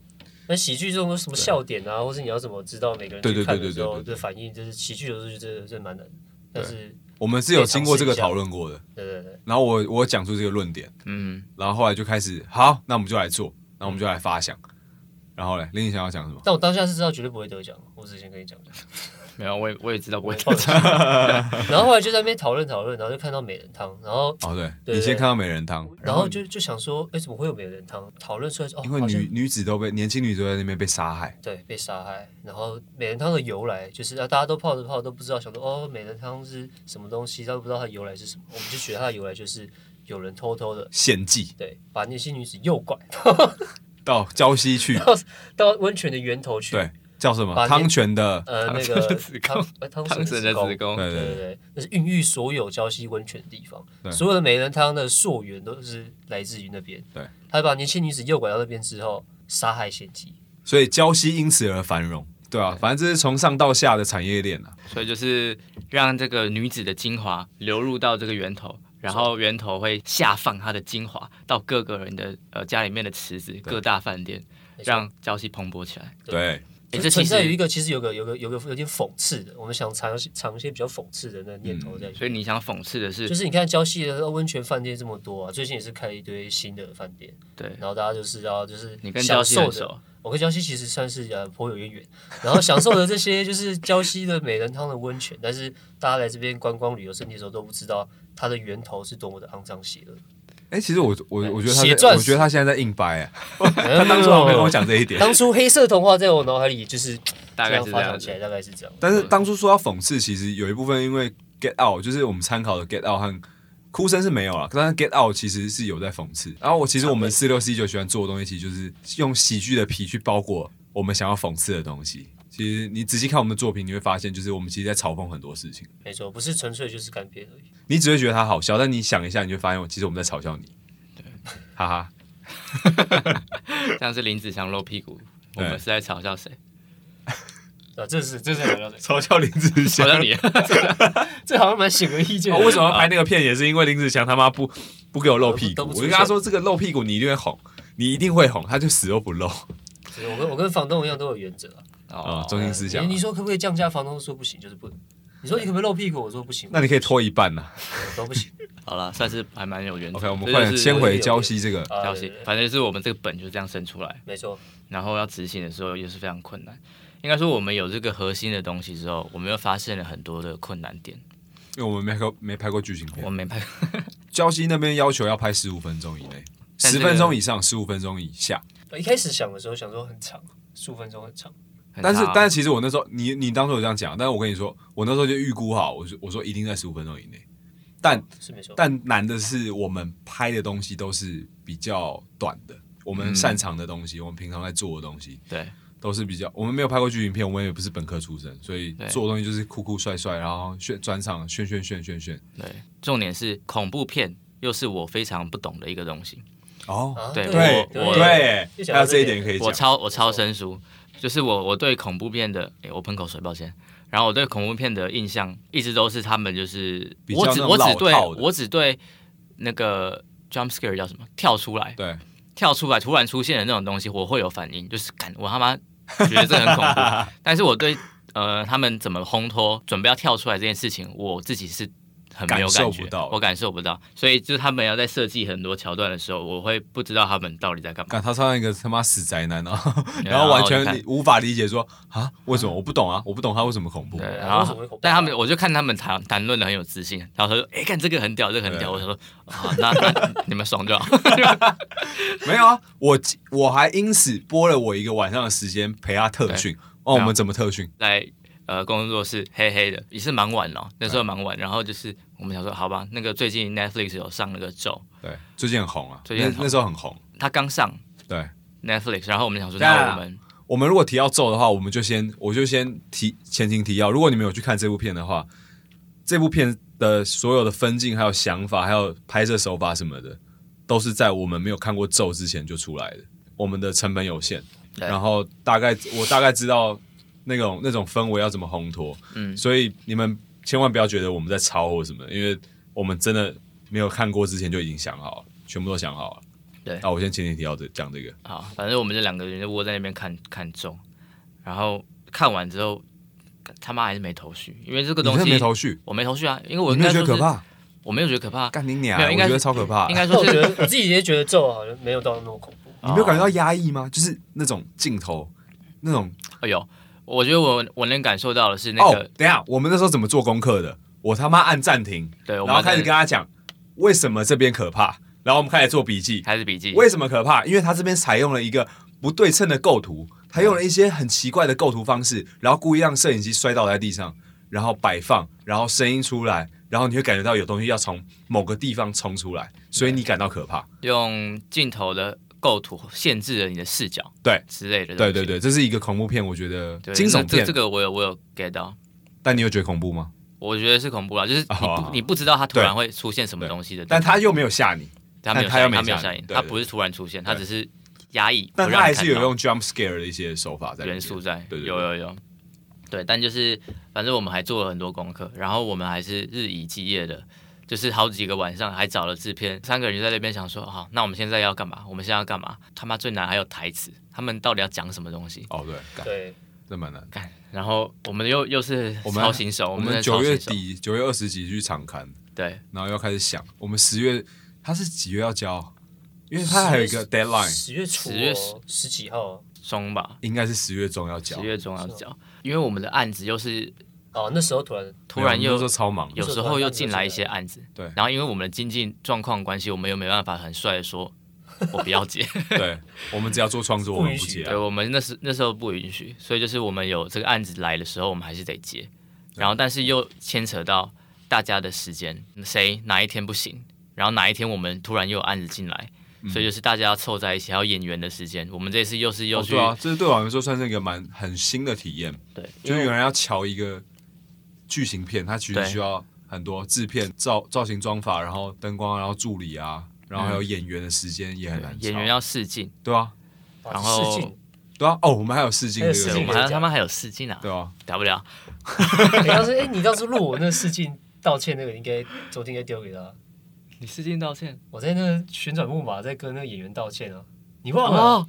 S3: 那喜剧这种什么笑点啊，或是你要怎么知道每个人
S1: 对
S3: 去
S1: 对
S3: 看
S1: 对
S3: 的
S1: 对
S3: 时候
S1: 对对
S3: 的反应，就是喜剧有时候就真的真的蛮难的。但是呃
S1: 我们是有经过这个讨论过的。
S3: 对对对，
S1: 然后我我讲出这个论点，
S2: 嗯，
S1: 然后后来就开始好，那我们就来做，那我们就来发想。然后嘞，林颖想要讲什么？
S3: 但我当下是知道绝对不会得奖，我之前跟你讲 的。
S2: 没有，我也我也知道不
S3: 我
S2: 会
S3: 也放心然后后来就在那边讨论讨论，然后就看到美人汤，然后
S1: 哦，对
S3: 对
S1: 你先看到美人汤，
S3: 然后就就想说，哎，怎么会有美人汤？讨论出来说，哦，
S1: 因为
S3: 好像
S1: 女女子都被年轻女子都在那边被杀害，
S3: 对，被杀害。然后美人汤的由来就是啊，大家都泡着泡着都不知道，想说哦，美人汤是什么东西，大家都不知道它的由来是什么。我们就觉得它的由来就是有人偷偷的
S1: 献祭
S3: 对把年轻女子诱拐
S1: 到礁溪去，
S3: 到到温泉的源头去。
S1: 对，叫什么
S3: 把那
S1: 汤泉的
S3: 呃，那
S4: 汤神
S3: 个
S4: 的子宫
S3: 汤呃汤
S4: 汤
S3: 神
S4: 神
S3: 的
S4: 的
S3: 子宫
S4: 子。宫，
S1: 对
S3: 对对
S1: 对
S3: 对，那是孕育所有礁溪温泉的地方
S1: 对，
S3: 所有的美人汤的溯源都是来自于那边。
S1: 对，
S3: 他把年轻女子诱拐到那边之后，杀害献祭。
S1: 所以礁溪因此而繁荣，对啊，反正这是从上到下的产业链啊，
S2: 所以就是让这个女子的精华流入到这个源头，然后源头会下放它的精华到各个人的呃家里面的池子、各大饭店，
S3: 没错
S2: 让礁溪蓬勃起来。
S1: 对，
S2: 哎，
S3: 就
S2: 这
S3: 存
S2: 其
S3: 在于一
S2: 实，
S3: 个其实有个有个有个有点讽刺的，我们想尝尝一些比较讽刺的那个念头在里面。
S2: 所以你想讽刺的，
S3: 就是是你看礁溪的温泉饭店这么多啊，最近也是开一堆新的饭店，
S2: 对
S3: 然后大家就是要就是
S2: 你跟
S3: 享
S2: 礁溪
S3: 受
S2: 很
S3: 的，
S2: 熟，
S3: 我跟礁溪其实算是呃颇有渊源，然后享受的这些就是礁溪的美人汤的温泉，但是大家来这边观光旅游身体的时候都不知道它的源头是多么的肮脏邪恶。
S1: 哎，其实我我我觉得他
S3: 血
S1: 在，
S3: 钻
S1: 我觉得他现在在硬掰 啊，他当初好像没跟我讲这一点，
S3: 哎当初黑色童话在我脑海里就是
S2: 大概是
S3: 发
S2: 这
S3: 展
S2: 样
S3: 起
S2: 子
S3: 来，。大概是这样。
S1: 但是当初说要讽刺，其实有一部分因为 Get Out，就是我们参考的 Get Out 和哭声是没有了，但是 Get Out 其实是有在讽刺。然后我其实我们四六 C 九喜欢做的东西，其实就是用喜剧的皮去包裹我们想要讽刺的东西。其实你仔细看我们的作品，你会发现，就是我们其实在嘲讽很多事情。
S3: 没错，不是纯粹就是干瘪而已。
S1: 你只会觉得它好笑，但你想一下，你就发现，其实我们在嘲笑你。哈哈，
S2: 像是林子祥露屁股，我
S1: 对
S2: 们是在嘲笑谁？
S3: 啊，这是这是很了解，
S1: 嘲笑林子
S2: 嘲
S1: 祥。
S2: 笑你。
S3: 这好像蛮显而易见的。
S1: 哦为什么要拍那个片？也是因为林子祥他妈不不给我露屁股
S3: 都，不
S1: 我
S3: 出
S1: 就
S3: 现
S1: 跟他说这个露屁股你一定会红，你一定会红，他就死都不露。
S3: 哦其实我跟我跟房东一样都有原则啊。
S1: 啊
S2: 哦，，
S1: 中心思想
S3: 哎你。你说可不可以降价？房东说不行，就是不能。你说你可不可以露屁股？我说不行，
S1: 那你可以拖一半呐。
S3: 我都不行。
S2: 好了，算是还蛮有缘分。
S1: OK，我们
S2: 这
S1: 快
S2: 就
S1: 点
S2: 是
S1: 先回礁溪这个。
S3: 啊
S2: 消
S3: 对
S2: 息
S3: 对对，
S2: 反正就是我们这个本就是这样生出来，
S3: 没错，
S2: 然后要执行的时候又是非常困难。应该说，我们有这个核心的东西之后，我们又发现了很多的困难点。
S1: 因为我们没拍过没拍过剧情
S2: 我
S1: 片，
S2: 没拍，
S1: 礁溪那边要求要拍十五分钟以内，
S2: 但
S1: 十
S2: 这个
S1: 分钟以上，十五分钟以下。
S3: 一开始想的时候想说很长，数分钟很长，
S2: 很
S1: 但是
S2: 差
S1: 但是其实我那时候你你当初有这样讲，但是我跟你说，我那时候就预估好，我说我说一定在十五分钟以内。但
S3: 是没错。
S1: 但难的是，我们拍的东西都是比较短的，我们
S2: 嗯
S1: 擅长的东西，我们平常在做的东西，
S2: 对
S1: 都是比较，我们没有拍过剧情片，我们也不是本科出身，所以
S2: 对
S1: 做的东西就是酷酷帅帅，然后炫专场炫炫炫炫炫。
S2: 对，重点是恐怖片又是我非常不懂的一个东西，
S1: 哦，
S3: 啊，
S2: 对
S1: 对
S2: 我
S3: 我
S1: 对
S3: 又，想
S1: 还
S3: 到
S1: 有这一
S3: 这
S1: 点可以
S2: 我
S1: 讲。
S2: 超我超生疏，就是我我对恐怖片的，诶我喷口水，抱歉。然后我对恐怖片的印象一直都是他们就是
S1: 比较
S2: 我只
S1: 那种
S2: 我只对
S1: 老套的
S2: 我只对那个 jump scare 叫什么跳出来
S1: 对，
S2: 跳出来突然出现的那种东西，我会有反应，就是感我他妈觉得这很恐怖。但是我对呃他们怎么烘托准备要跳出来这件事情，我自己是很没有
S1: 感受
S2: 感觉，
S1: 不到
S2: 我感受不到。所以就是他们要在设计很多桥段的时候，我会不知道他们到底在干嘛。
S1: 干他穿一个他妈死宅男，然后
S2: 对
S1: 然后完
S2: 然后我就
S1: 全
S2: 看
S1: 理无法理解说啊为什么我不懂啊，我不懂他为什么恐怖
S2: 对，。
S3: 啊
S2: 然
S3: 为什么会
S2: 后
S3: 恐怖
S2: 但他们，我就看他们谈谈论的很有自信，然后他说：“哎，看这个很屌，这个很屌。”我说：“啊，那那 你们爽就好。
S1: 没有啊，我我还因此拨了我一个晚上的时间陪他特训。哦，我
S2: 对啊
S1: 们怎么特训？”
S2: 来呃工作室黑黑的，也是蛮晚了，那时候蛮晚。然后就是我们想说，好吧，那个最近 Netflix 有上那个咒，
S1: 对，最近很红啊，
S2: 最近很
S1: 那
S2: 红
S1: 那时候很红。
S2: 他刚上
S1: 对，
S2: Netflix，然后我们想说，
S1: 对啊
S2: 那我们
S1: 我们如果提到咒的话，我们就先我就先提前情提要。如果你们有去看这部片的话，这部片的所有的分镜、还有想法、还有拍摄手法什么的，都是在我们没有看过咒之前就出来的。我们的成本有限，
S2: 对
S1: 然后大概我大概知道那种那种氛围要怎么烘托，
S2: 嗯
S1: 所以你们千万不要觉得我们在抄或什么，因为我们真的没有看过之前就已经想好了，全部都想好了。
S2: 对
S1: 那我先前情提要这讲这个，
S2: 好，反正我们这两个人就窝在那边看看咒，然后看完之后，他妈还是没头绪，因为这个
S1: 你
S2: 东
S1: 真的
S2: 西
S1: 没头绪，
S2: 我没头绪啊，因为我
S1: 我
S2: 应
S1: 没
S2: 该
S1: 有觉
S2: 说
S1: 得可
S2: 是，
S1: 怕？
S2: 我没有觉得可怕，
S1: 干你娘！
S2: 没有
S1: 我
S2: 应该
S1: 觉得
S2: 是
S1: 超可怕。
S2: 应该
S3: 但
S2: 说
S3: 我觉
S2: 是
S3: 得我自己也觉得咒好像没有到那么恐怖。
S1: 你
S2: 哦
S1: 没有感觉到压抑吗？就是那种镜头，那种
S2: 哎呦，我觉得我我能感受到的是那个，
S1: 哦，等一下，我们那时候怎么做功课的？我他妈按暂停，
S2: 对，我
S1: 然后
S2: 们
S1: 开始跟他讲为什么这边可怕，然后我们开始做笔记。
S2: 开始笔记，
S1: 为什么可怕？因为他这边采用了一个不对称的构图，他用了一些很奇怪的构图方式，然后故意让摄影机摔倒在地上，然后摆放，然后声音出来，然后你会感觉到有东西要从某个地方冲出来，所以你感到可怕。
S2: 用镜头的构图限制了你的视角，
S1: 对
S2: 之类的东
S1: 对
S2: 西，
S1: 对对，这是一个恐怖片，我觉得
S2: 对，
S1: 惊悚
S2: 那这
S1: 片
S2: 这。个我有我有 get 到。
S1: 但你有觉得恐怖吗？
S2: 我觉得是恐怖啦，就是你不、
S1: 好好好
S2: 你不知道它突然会出现什么东西的，
S1: 哦但他又没有吓你，
S2: 它没有
S1: 但它
S2: 下
S1: 又
S2: 影，
S1: 没
S2: 它没有
S1: 吓
S2: 下
S1: 你
S2: 影，
S1: 对
S2: 它
S1: 对
S2: 不是突然出现，它
S1: 对
S2: 只是压抑，
S1: 但
S2: 不
S1: 他
S2: 让
S1: 还
S2: 你
S1: 是
S2: 看
S1: 有
S2: 到
S1: 用 jump scare 的一些手法在里面
S2: 元素在，
S1: 对对对
S2: 有有有，对，但就是反正我们还做了很多功课，然后我们还是日以继夜的，就是好几个晚上还找了制片，三个人就在那边想说，好、那我们现在要干嘛？我们现在要干嘛？他妈最难还有台词，他们到底要讲什么东西？
S1: 哦，对，干
S3: 对，
S1: 这蛮难。
S2: 干，然后我们又又是
S1: 我们
S2: 超新手，
S1: 我
S2: 真
S1: 们
S2: 的
S1: 九
S2: 超
S1: 月
S2: 新手，
S1: 底九月二十几去场刊，
S2: 对
S1: 然后要开始想，我们十月他是几月要交？因为他还有一个 deadline，
S3: 十月初、
S2: 10月
S3: 哦，十几号啊
S2: 中吧，
S1: 应该是十月中要交
S2: 十。月中要讲，因为我们的案子又是
S3: 哦，那时候突然
S2: 突然
S1: 没有我们那时候
S2: 又
S1: 超忙的，
S2: 有时候又进来一些案子，
S1: 对
S2: 然后因为我们的经济状况关系，我们又没办法很帅的 说，我不要接，
S1: 对，啊我们只要做创作，我们
S3: 不
S1: 不
S3: 允许
S1: 接啊
S2: 对，我们那时那时候不允许，所以就是我们有这个案子来的时候，我们还是得接，然后但是又牵扯到大家的时间，谁哪一天不行，然后哪一天我们突然又有案子进来，
S1: 嗯
S2: 所以就是大家要凑在一起，还有演员的时间，我们这次又是又
S1: 哦
S2: 去、
S1: 对啊，这对我来说算是一个蛮很新的体验，
S2: 对
S1: 就是有人要瞧一个剧情片，它其实
S2: 对
S1: 需要很多制片、造造型、妆法，然后灯光，然后助理啊，然后还有演员的时间也很难瞧。
S2: 嗯演员要试镜，
S1: 对啊，
S3: 啊
S2: 然后
S3: 试镜，
S1: 对啊，哦，我们还有试镜
S3: 还有
S1: 这
S3: 试
S2: 对，
S1: 个
S2: 我
S1: 东
S3: 镜
S1: 西
S2: 们，还他妈还有试镜啊，
S1: 对啊，
S2: 打不了，
S3: 你当时哎，你当时录我那试镜道歉那个，应该昨天应该丢给他。
S2: 你试镜道歉
S3: 我在那旋转木马在跟那个演员道歉啊，你忘了、
S2: 哦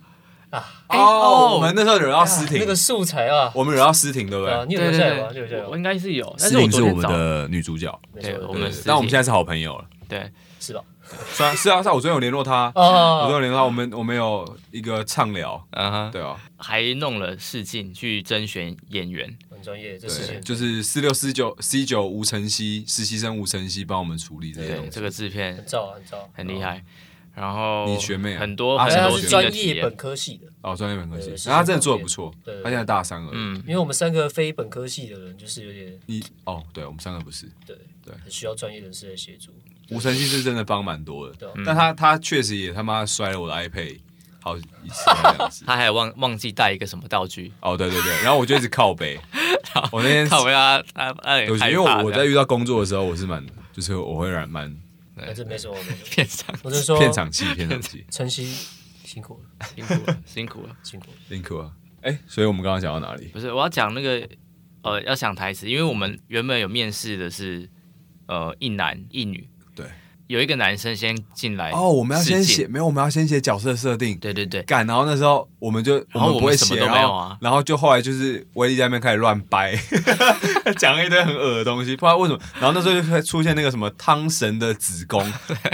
S3: 啊？
S2: 哎
S1: 哦，我们那时候惹到
S3: 啊
S1: 思婷
S3: 那，个素材啊，
S1: 我们惹到思婷，对不
S3: 对啊，
S1: 对？
S3: 你有
S2: 对
S3: 留下
S2: 对
S3: 来吗？你有留下
S2: 对，
S3: 来
S2: 我
S3: 吗？
S2: 应该是有，呃但
S1: 思
S2: 是我
S1: 婷
S2: 昨
S1: 是我
S2: 天
S1: 们
S2: 找
S1: 的女主角，
S3: 没
S2: 对
S3: 错
S2: 我们
S1: 对
S2: 私
S1: 但我们
S2: 信
S1: 现在是好朋友了。
S2: 对
S3: 是吧？
S1: 虽然 是啊，是啊，我昨天有联络她，我昨天
S3: 哦，
S1: 有联络她，我们我们有一个畅聊，
S2: 嗯哼，
S1: 对啊，
S2: 还弄了试镜去甄选演员，
S3: 很专业，这事
S1: 对，
S3: 情
S1: 就是四六四九 C 九吴晨曦实习生吴晨曦帮我们处理这些
S2: 对
S1: 东西
S2: 这。个制片
S3: 很照啊，很照啊。
S2: 很厉害。然
S1: 哦
S2: 后
S1: 你学妹啊
S2: 很多
S1: 啊
S2: 很
S1: 很
S3: 但他
S2: 多
S1: 多
S3: 是
S1: 学
S2: 新
S1: 妹
S2: 的
S3: 专
S2: 体
S3: 业
S2: 验
S3: 本，科系的，
S1: 哦，专业本科系
S3: 对，是
S1: 然后她真的做的不错
S3: 对对，
S1: 她现在大三了。嗯，
S2: 嗯，
S3: 因为我们三个非本科系的人，就是有点
S1: 你哦，对我们三个不是
S3: 对
S1: 对
S3: 很需要专业人士的协助。
S1: 吴晨曦是真的帮蛮多的
S3: 对啊，
S2: 嗯
S1: 但她她确实也他妈摔了我的 iPad 好几次这样子。
S2: 他还忘忘记带一个什么道 具，
S1: 哦，对对对，然后我就一直靠 背，我那天
S2: 看我要他他
S1: 对
S2: 有
S1: 不起，
S2: 点
S1: 因为
S2: 害怕
S1: 我我
S2: 这
S1: 在
S2: 样
S1: 遇到工作的时候，我是蛮，就是我会蛮蛮
S3: 但是没什么，没 什么
S2: 片上
S3: 我是说
S1: 片场气，片场 气，
S3: 晨曦辛苦了，
S2: 辛苦了辛苦了，
S3: 辛苦了。
S1: 辛苦啊！哎，所以我们刚刚讲到哪里？
S2: 不是我要讲那个呃要想台词，因为我们原本有面试的是呃一男一女，
S1: 对，
S2: 有一个男生先进来
S1: 哦，我们要先
S2: 试镜
S1: 写，，没有，我们要先写角色设定。
S2: 对对对，
S1: 干，然后那时候我们就
S2: 然后
S1: 们不会
S2: 我们什
S1: 写，
S2: 么都
S1: 然
S2: 没有
S1: 后
S2: 啊
S1: 然后就后来就是威力在那边开始乱掰， 讲了一堆很恶的东西，不知道为什么。然后那时候就会出现那个什么汤神的子 宫，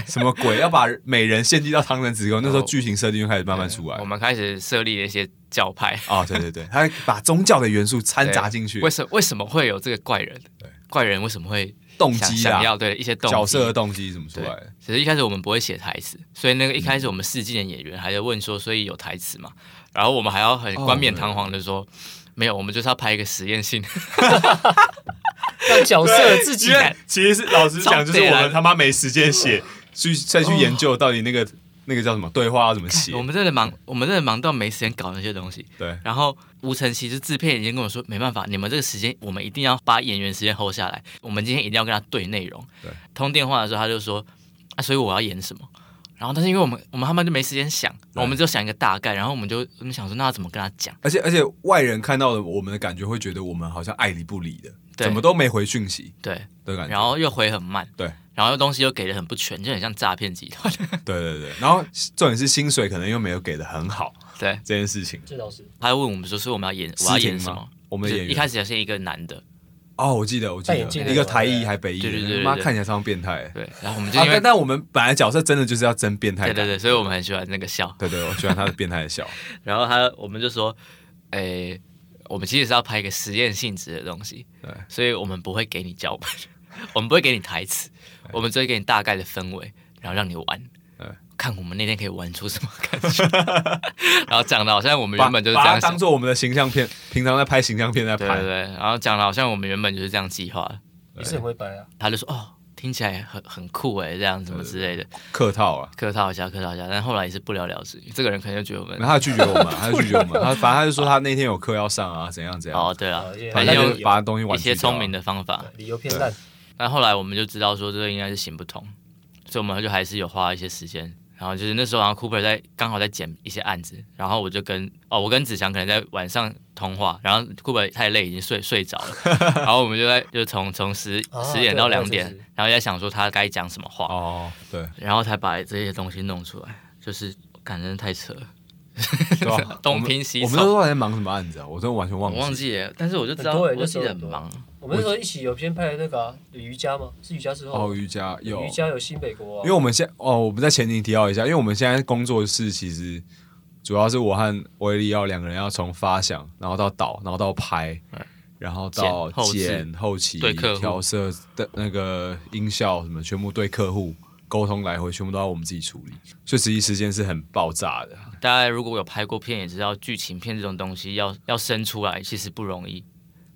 S1: 什么鬼，要把美人献祭到汤神子宫。那时候剧情设定就开始慢慢出来
S2: 哦我。们开始设立了一些教派，
S1: 哦，对对对，他把宗教的元素掺杂进去
S2: 为，什为什么会有这个怪人？怪人为什么会
S1: 动
S2: 想
S1: 机
S2: 想
S1: 啦
S2: 要，对一些动机
S1: 角色的动机怎么出
S2: 对
S1: 来？，
S2: 其实一开始我们不会写台词，所以那个一开始我们试镜的演员还在问说，所以有台词嘛？然后我们还要很冠冕堂皇的说，没有，我们就是要拍一个实验性。
S3: 让角色自己
S1: 因为其实是老实讲，就是我
S2: 超北
S1: 们
S2: 蓝
S1: 他妈没时间写，去再去研究到底那个那个叫什么对话要怎么写
S2: 我。们真的忙，我们真的忙到没时间搞那些东西。
S1: 对，
S2: 然后吴晨其实制片已经跟我说，没办法，你们这个时间我们一定要把演员时间 hold 下来，我们今天一定要跟他对内容。
S1: 对
S2: 通电话的时候他就说，啊，所以我要演什么？然后但是因为我们我们他们就没时间想，
S1: 对
S2: 我们就想一个大概，然后我们就我们想说，那要怎么跟他讲？
S1: 而且而且外人看到的我们的感觉会觉得我们好像爱理不理的，
S2: 对
S1: 怎么都没回讯息
S2: 对，
S1: 的感觉。
S2: 然后又回很慢，
S1: 对，
S2: 然后东西又给的很不全，就很像诈骗集团。
S1: 对对对，然后重点是薪水可能又没有给的很好
S2: 对，
S1: 这件事情。
S3: 这倒是
S2: 他还问我们说，所以我们要演，我要
S1: 私情
S2: 演什么
S1: 吗？？我们的
S2: 就
S1: 演
S2: 一
S1: 员
S2: 开始是一个男的，
S1: 哦，我记得我记
S3: 戴眼镜
S1: 得
S3: 的
S1: 一个台艺还北艺
S2: 对对对
S1: 的，
S2: 对
S1: 妈
S2: 对
S1: 看起来像变态。
S2: 对，然后我们就
S1: 啊
S2: 因，为、
S1: 但但我们本来角色真的就是要真变态
S2: 对
S1: 感。
S2: 对对，所以我们很喜欢那个笑。
S1: 对对，我喜欢他的变态的笑。
S2: 然后他我们就说，诶，我们其实是要拍一个实验性质的东西，
S1: 对，
S2: 所以我们不会给你脚本， 我们不会给你台词，我们只会给你大概的氛围，然后让你玩
S1: 对。
S2: 看我们那天可以玩出什么感觉， 然后讲的好像我们
S1: 把
S2: 原本就是这
S1: 把它
S2: 样想
S1: 当做我们的形象片，平常在拍形象片在
S2: 对
S1: 拍
S2: 对。对，然后讲的好像我们原本就是这样计划的，
S3: 也是很会掰啊。
S2: 他就说哦，听起来很很酷哎，这样什么之类的，
S1: 客套啊。
S2: 客套一下，客套一下，但后来也是不了了之。这个人可能就觉得我们
S1: 然后他拒绝我们，啊他就拒绝我们，他反正他就说他那天有课要上啊，怎样怎样，
S2: 哦，对了
S3: 哦也，
S1: 反正
S2: 反正
S1: 他
S2: 用
S1: 就把东西
S2: 一
S1: 玩
S2: 些聪明
S1: 的，
S2: 的方法。
S3: 理由偏烂，
S2: 但后来我们就知道说这个应该是行不通，所以我们就还是有花一些时间。然后就是那时候，好像 Cooper 在刚好在剪一些案子，然后我就跟哦，我跟子祥可能在晚上通话，然后 Cooper 太累已经睡睡着了， 然后我们就在就从从十
S3: 啊
S2: 十点到
S3: 对
S2: 两
S3: 对
S2: 点
S3: 是是，
S2: 然后在想说他该讲什么话，
S1: 哦，对，
S2: 然后才把这些东西弄出来，就是感真的太扯了，？
S1: 对吧
S2: 东拼西
S1: 我们我们那
S2: 凑
S1: 时候在忙什么案子啊？我真的完全
S2: 我
S1: 忘
S2: 忘记了，但是我就知道，
S3: 很多
S2: 我
S3: 人
S2: 就记得很
S3: 那时候
S2: 忙，啊
S3: 我们那时候一起有偏拍的那个啊有瑜伽吗？是瑜伽之
S1: 哦，
S3: 后，
S1: 瑜伽有，
S3: 瑜
S1: 因
S3: 伽有新北国啊，
S1: 为我们现哦，我们在前情提到一下，因为我们现在工作室其实主要是我和威利要两个人要从发想，然后到导，然后到拍
S2: 嗯。
S1: 然后到
S2: 剪后置
S1: 剪后期
S2: 对客户
S1: 调色的那个音效什么，全部对客户沟通来回，全部都要我们自己处理，所以实际时间是很爆炸的。
S2: 大家如果有拍过片，也知道剧情片这种东西要要生出来其实不容易，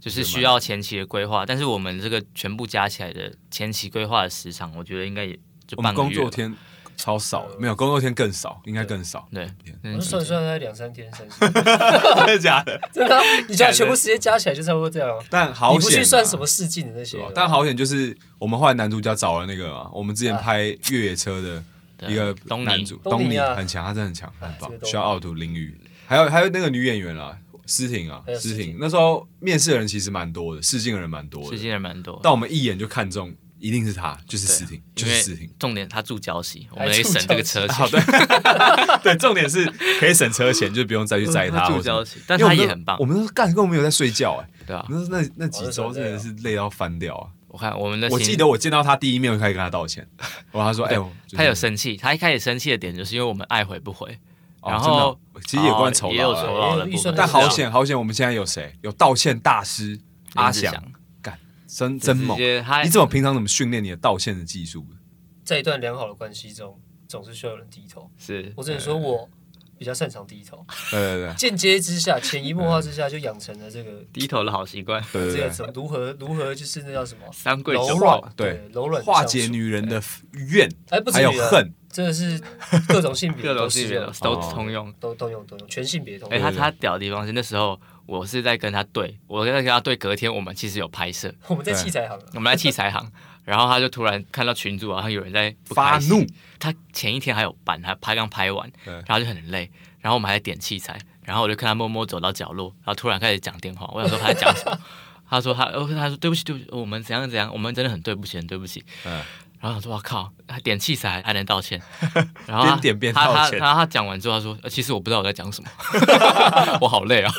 S2: 就是需要前期的规划。但是我们这个全部加起来的前期规划的时长，我觉得应该也就
S1: 我们
S2: 半个
S1: 工
S2: 月
S1: 作
S2: 吧。
S1: 天超少的，没有工作天更少，应该更少。
S2: 对，
S3: 我就
S2: 嗯
S3: 算算大概两三天，三四天
S1: 真的假的？
S3: 真的啊，你这样全部时间加起来就差不多这样啊。
S1: 但好
S3: 你不
S1: 险啊、
S3: 去算什么啊试镜的那些
S1: 对吧啊
S3: 的，
S1: 但好险就是我们后来男主角找了那个嘛，我们之前拍越野车的
S2: 对
S1: 一个
S2: 东尼
S1: 男主
S3: 啊东尼
S1: 尼
S3: 啊
S1: 很强，他真的很强，很棒
S3: 这个。东尼
S1: 需要奥图淋雨，还有还有那个女演员啦，诗婷啊
S3: 还，有
S1: 诗
S3: 诗婷
S1: 婷。那时候面试的人其实蛮多的，试镜的人蛮多
S2: 事
S1: 的，
S2: 情人蛮多。
S1: 但我们一眼就看中，一定是她，就是
S2: 对啊
S1: 诗婷，就
S2: 因
S1: 是
S2: 为
S1: 诗婷。
S2: 重点他住礁溪，我们
S3: 还
S2: 可以
S3: 住
S2: 省这个
S3: 礁溪
S2: 车钱。
S1: 好的，哦 对，重点是可以省车钱，就不用再去载她
S2: 嗯他
S1: 或
S2: 住
S1: 什么
S2: 礁。溪，但
S1: 因为我
S2: 他
S1: 们
S2: 也
S1: 那
S2: 很棒
S1: 我，们那时候干根本没有在睡觉哎、
S2: 对吧？
S1: 那那那
S3: 哦
S1: 几周真的是累到翻掉啊！
S2: 我看我们的
S1: 我
S2: 行
S1: 记得我见到他第一面，我就开始跟他道歉， 然后他说：“哎、我就是
S2: 他有生气，他一开始生气的点就是因为我们爱回不回，
S1: 哦
S2: 然
S1: 真的
S2: 后
S1: 哦其实也关
S2: 哦
S1: 酬
S2: 也有
S1: 劳
S2: 酬
S1: 啦，
S2: 劳的
S3: 对
S2: 部分，
S1: 但好
S3: 这
S1: 险好险，我们现在有谁？有道歉大师阿翔，真真
S2: 直
S1: 猛！
S2: 接
S3: 哎
S2: 他
S1: 你怎么平常怎么训练你的道歉的技术的？
S3: 在一段良好的关系中，总是需要有人低头。
S2: 是
S3: 我只能说我比较擅长低头，
S1: 对对
S3: 间接之下，潜移默化之下就养成了这个
S2: 低头的好习惯，
S1: 对
S3: 这
S1: 对
S3: 个
S1: 对
S3: 怎么如何如何就是那叫什么
S2: 三跪
S3: 柔
S2: 九
S1: 化
S3: 软
S1: 对
S3: 柔
S1: 对，
S3: 软
S1: 化
S3: 相
S1: 解
S3: 处
S1: 女人的怨
S3: 哎不止
S1: 还有
S3: 女人
S1: 恨，
S3: 真的是各种性 别
S2: 各种
S3: 都
S2: 性
S3: 适
S2: 别
S3: 用
S2: 的都
S1: 哦
S2: 通用。
S3: 都都用都用全性别通
S2: 哎、
S3: 用。
S2: 他
S1: 对
S2: 他屌的地方是那时候我是在跟他对，我在跟他对，隔天我们其实有拍摄，
S3: 我们在
S1: 对
S3: 器材行啊，
S2: 我们在器材行，然后他就突然看到群主好像有人在不
S1: 发
S2: 开心
S1: 怒，
S2: 他前一天还有班，他拍刚拍完，
S1: 对
S2: 然后就很累，然后我们还在点器材，然后我就看他默默走到角落，然后突然开始讲电话，我想说他在 讲什么。他说他，哦，他说对不起，对不起，我们怎样怎样，我们真的很对不起，很对不起。
S1: 嗯
S2: 然后我说我靠，他点器材还能 道歉，然后他
S1: 边点边
S2: 他
S1: 道
S2: 他
S1: 歉
S2: 他他讲完之后他说、呃其实我不知道我在 讲什么，我好累啊。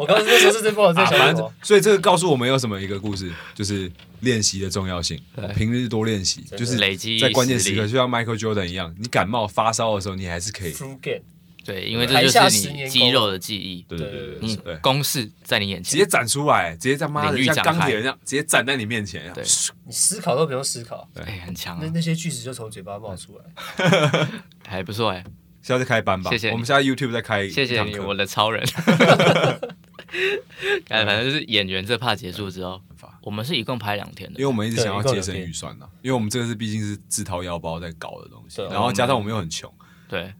S3: 我刚刚那时候是真不知道在
S1: 啊，
S3: 想什
S1: 反
S3: 么
S1: 正，所以这个告诉我们有什么一个故事，就是练习的重要性
S2: 对。
S1: 平日多练习，
S3: 真
S1: 就
S3: 的
S1: 是
S2: 累积
S1: 在关键时
S2: 实
S1: 刻，
S2: 力
S1: 就像 Michael Jordan 一样，你感冒发烧的时候，你还是可以。
S3: through game，
S2: 对，因为这
S3: 台下
S2: 就
S3: 十
S2: 是
S3: 年
S2: 你
S3: 功
S2: 肌肉的记忆，
S1: 对对对
S2: 你
S1: 对对，
S2: 公式在你眼
S1: 直
S2: 前
S1: 接。展出来，直接在妈的
S2: 嗯领域
S1: 像
S2: 展
S1: 钢
S2: 开
S1: 铁人一样，直接站在你面前。啊
S2: 对
S3: 你思考都不用思考，
S2: 哎、很强
S3: 那
S2: 啊，
S3: 那些句子就从嘴巴冒出来。
S2: 还不错哎、
S1: 下次开班吧，
S2: 谢谢你
S1: 我们下次 YouTube 再开一
S2: 谢谢
S1: 堂
S2: 你，
S1: 课
S2: 我的 超人。 哎，反正就是演员这怕结束之后，我们是一共拍两天
S1: 嗯因为
S2: 的，
S1: 我们一直
S3: 对
S1: 想要
S3: 一共
S1: 节
S3: 两
S1: 省
S3: 天
S1: 预算呢、因为我们这个是毕竟是自掏腰包在搞的东西，
S3: 对
S1: 然后加上我们又很穷，
S2: 对，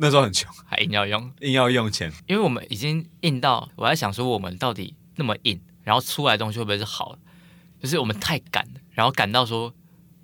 S1: 那时候很穷，
S2: 还硬要用，
S1: 硬要用钱，
S2: 因为我们已经硬到我在想说我们到底那么硬，然后出来的东西会不会是好的？就是我们太赶了，然后赶到说，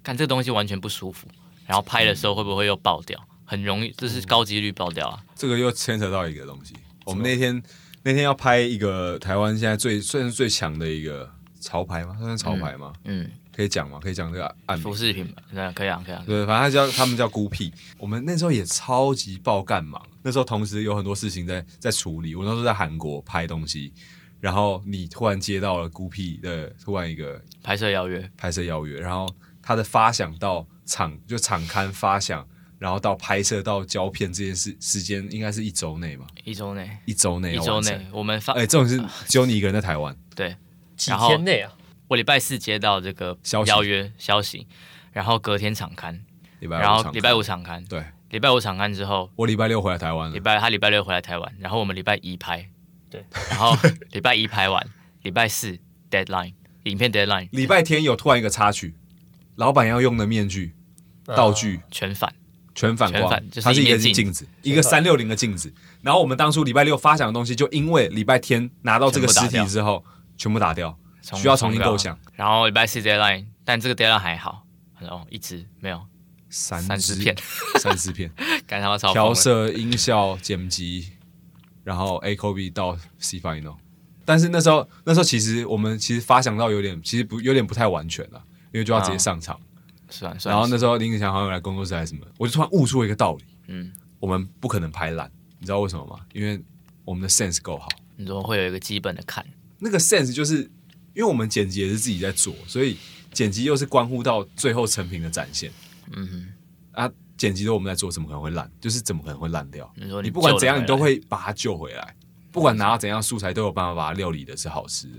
S2: 看这个东西完全不舒服，然后拍的时候会不会又爆掉？很容易，这
S1: 嗯
S2: 是高几率爆掉啊！
S1: 这个又牵扯到一个东西。我们那天那天要拍一个台湾现在最算是最强的一个潮牌吗？算是潮牌吗？
S2: 嗯，
S1: 可以讲吗？可以讲这个案
S2: 服
S1: 名。
S2: 饰品，那可以啊，可以啊，
S1: 对，反正他叫他们叫孤僻。我们那时候也超级爆干忙，那时候同时有很多事情在在处理。我那时候在韩国拍东西，然后你突然接到了孤僻的突然一个
S2: 拍摄邀约，
S1: 拍摄邀约，然后他的发想到场就场刊发想，然后到拍摄到胶片这件事时间应该是一周内嘛，
S2: 一周内，
S1: 一周内
S2: 一
S1: 要
S2: 周
S1: 完成
S2: 内，啊我们发
S1: 哎、，这种是只有你一个人在台湾，
S2: 对，
S3: 几
S2: 然后
S3: 天内啊，
S2: 我礼拜四接到这个
S1: 消息
S2: 邀约消息，然后隔天场刊，
S1: 礼拜五
S2: 然
S1: 场
S2: 后
S1: 刊
S2: 礼拜五，场刊，
S1: 对
S2: 礼拜五场刊之后，
S1: 我礼拜六回来台湾了
S2: 礼，拜他礼拜六回来台湾，然后我们礼拜一拍，
S3: 对，
S2: 然 后礼拜一拍完，礼拜四 deadline 影片 deadline
S1: 礼拜天有突然一个插曲，老板要用的面具道具。
S2: 全反，
S1: 全反光，
S2: 全反就是
S1: 它是一
S2: 一
S1: 个
S2: 面
S1: 镜
S2: 镜
S1: 子，一个三六零的镜子。然后我们当初礼拜六发想的东西，就因为礼拜天拿到这个实
S2: 全部打
S1: 体
S2: 掉
S1: 之后，全部打掉，
S2: 重
S1: 需要重新构，
S2: 重
S1: 想
S2: 搞啊然后礼拜四 deadline，但这个 deadline 还好，然后一直没有，
S1: 三
S2: 三
S1: 支
S2: 支片，
S1: 三支片，
S2: 干他妈超疯
S1: 调
S2: 了
S1: 色、音效、剪辑，然后 A c o B 到 C final。但是那时候，那时候其实我们其实发想到有点，其实不有点不太完全了，因为就要直接上场。
S2: 算算，
S1: 然后那时候林子祥好像有来工作室还是什么，我就突然悟出一个道理：
S2: 嗯，
S1: 我们不可能拍烂，你知道为什么吗？因为我们的 sense 够好。
S2: 你怎么会有一个基本的看？
S1: 那个 sense 就是因为我们剪辑也是自己在做，所以剪辑又是关乎到最后成品的展现
S2: 嗯哼，
S1: 啊。剪辑都我们在做，怎么可能会烂？就是怎么可能会烂掉？
S2: 你说
S1: 你不管怎样，
S2: 救
S1: 你
S2: 得
S1: 都
S2: 回来
S1: 会把它救回来。不管拿到怎样的素材，都有办法把它料理的是好吃的。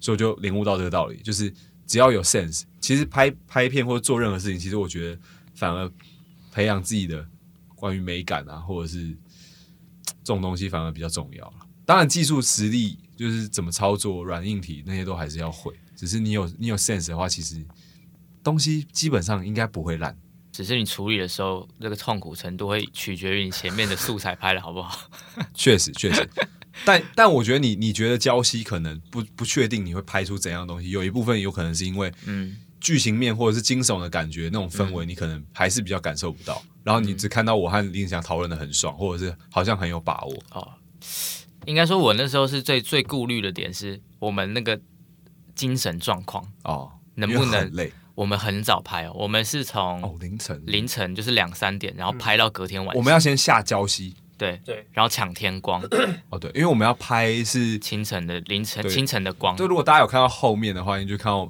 S1: 所以我就领悟到这个道理，就是只要有 sense，其实拍拍片或做任何事情，其实我觉得反而培养自己的关于美感啊，或者是嘖这种东西反而比较重要了。当然，技术实力就是怎么操作、软硬体那些都还是要会，只是你有你有 sense 的话，其实东西基本上应该不会烂。
S2: 只是你处理的时候，那个痛苦程度会取决于你前面的素材拍的好不好。
S1: 确实，确实。但 但我觉得你你觉得胶西可能不不确定你会拍出怎样的东西，有一部分有可能是因为
S2: 嗯，
S1: 剧情面或者是惊悚的感觉那种氛围，你可能还是比较感受不到。然后你只看到我和林翔讨论的很爽，或者是好像很有把握。
S2: 哦，应该说，我那时候是最最顾虑的点是我们那个精神状况。
S1: 哦，
S2: 嗯能
S1: 因为
S2: 不能
S1: 很累？
S2: 我们很早拍哦，我们是
S1: 哦
S2: 从，
S1: 凌晨
S2: 凌晨就是两三点，然后拍到隔天晚上。
S1: 我们要先下胶西
S2: 对
S3: 对，
S2: 然后抢 天光，
S1: 哦，对，因为我们要拍是，
S2: 清晨的凌晨
S1: 对
S2: 清晨的光
S1: 就。如果大家有看到后面的话，你就看到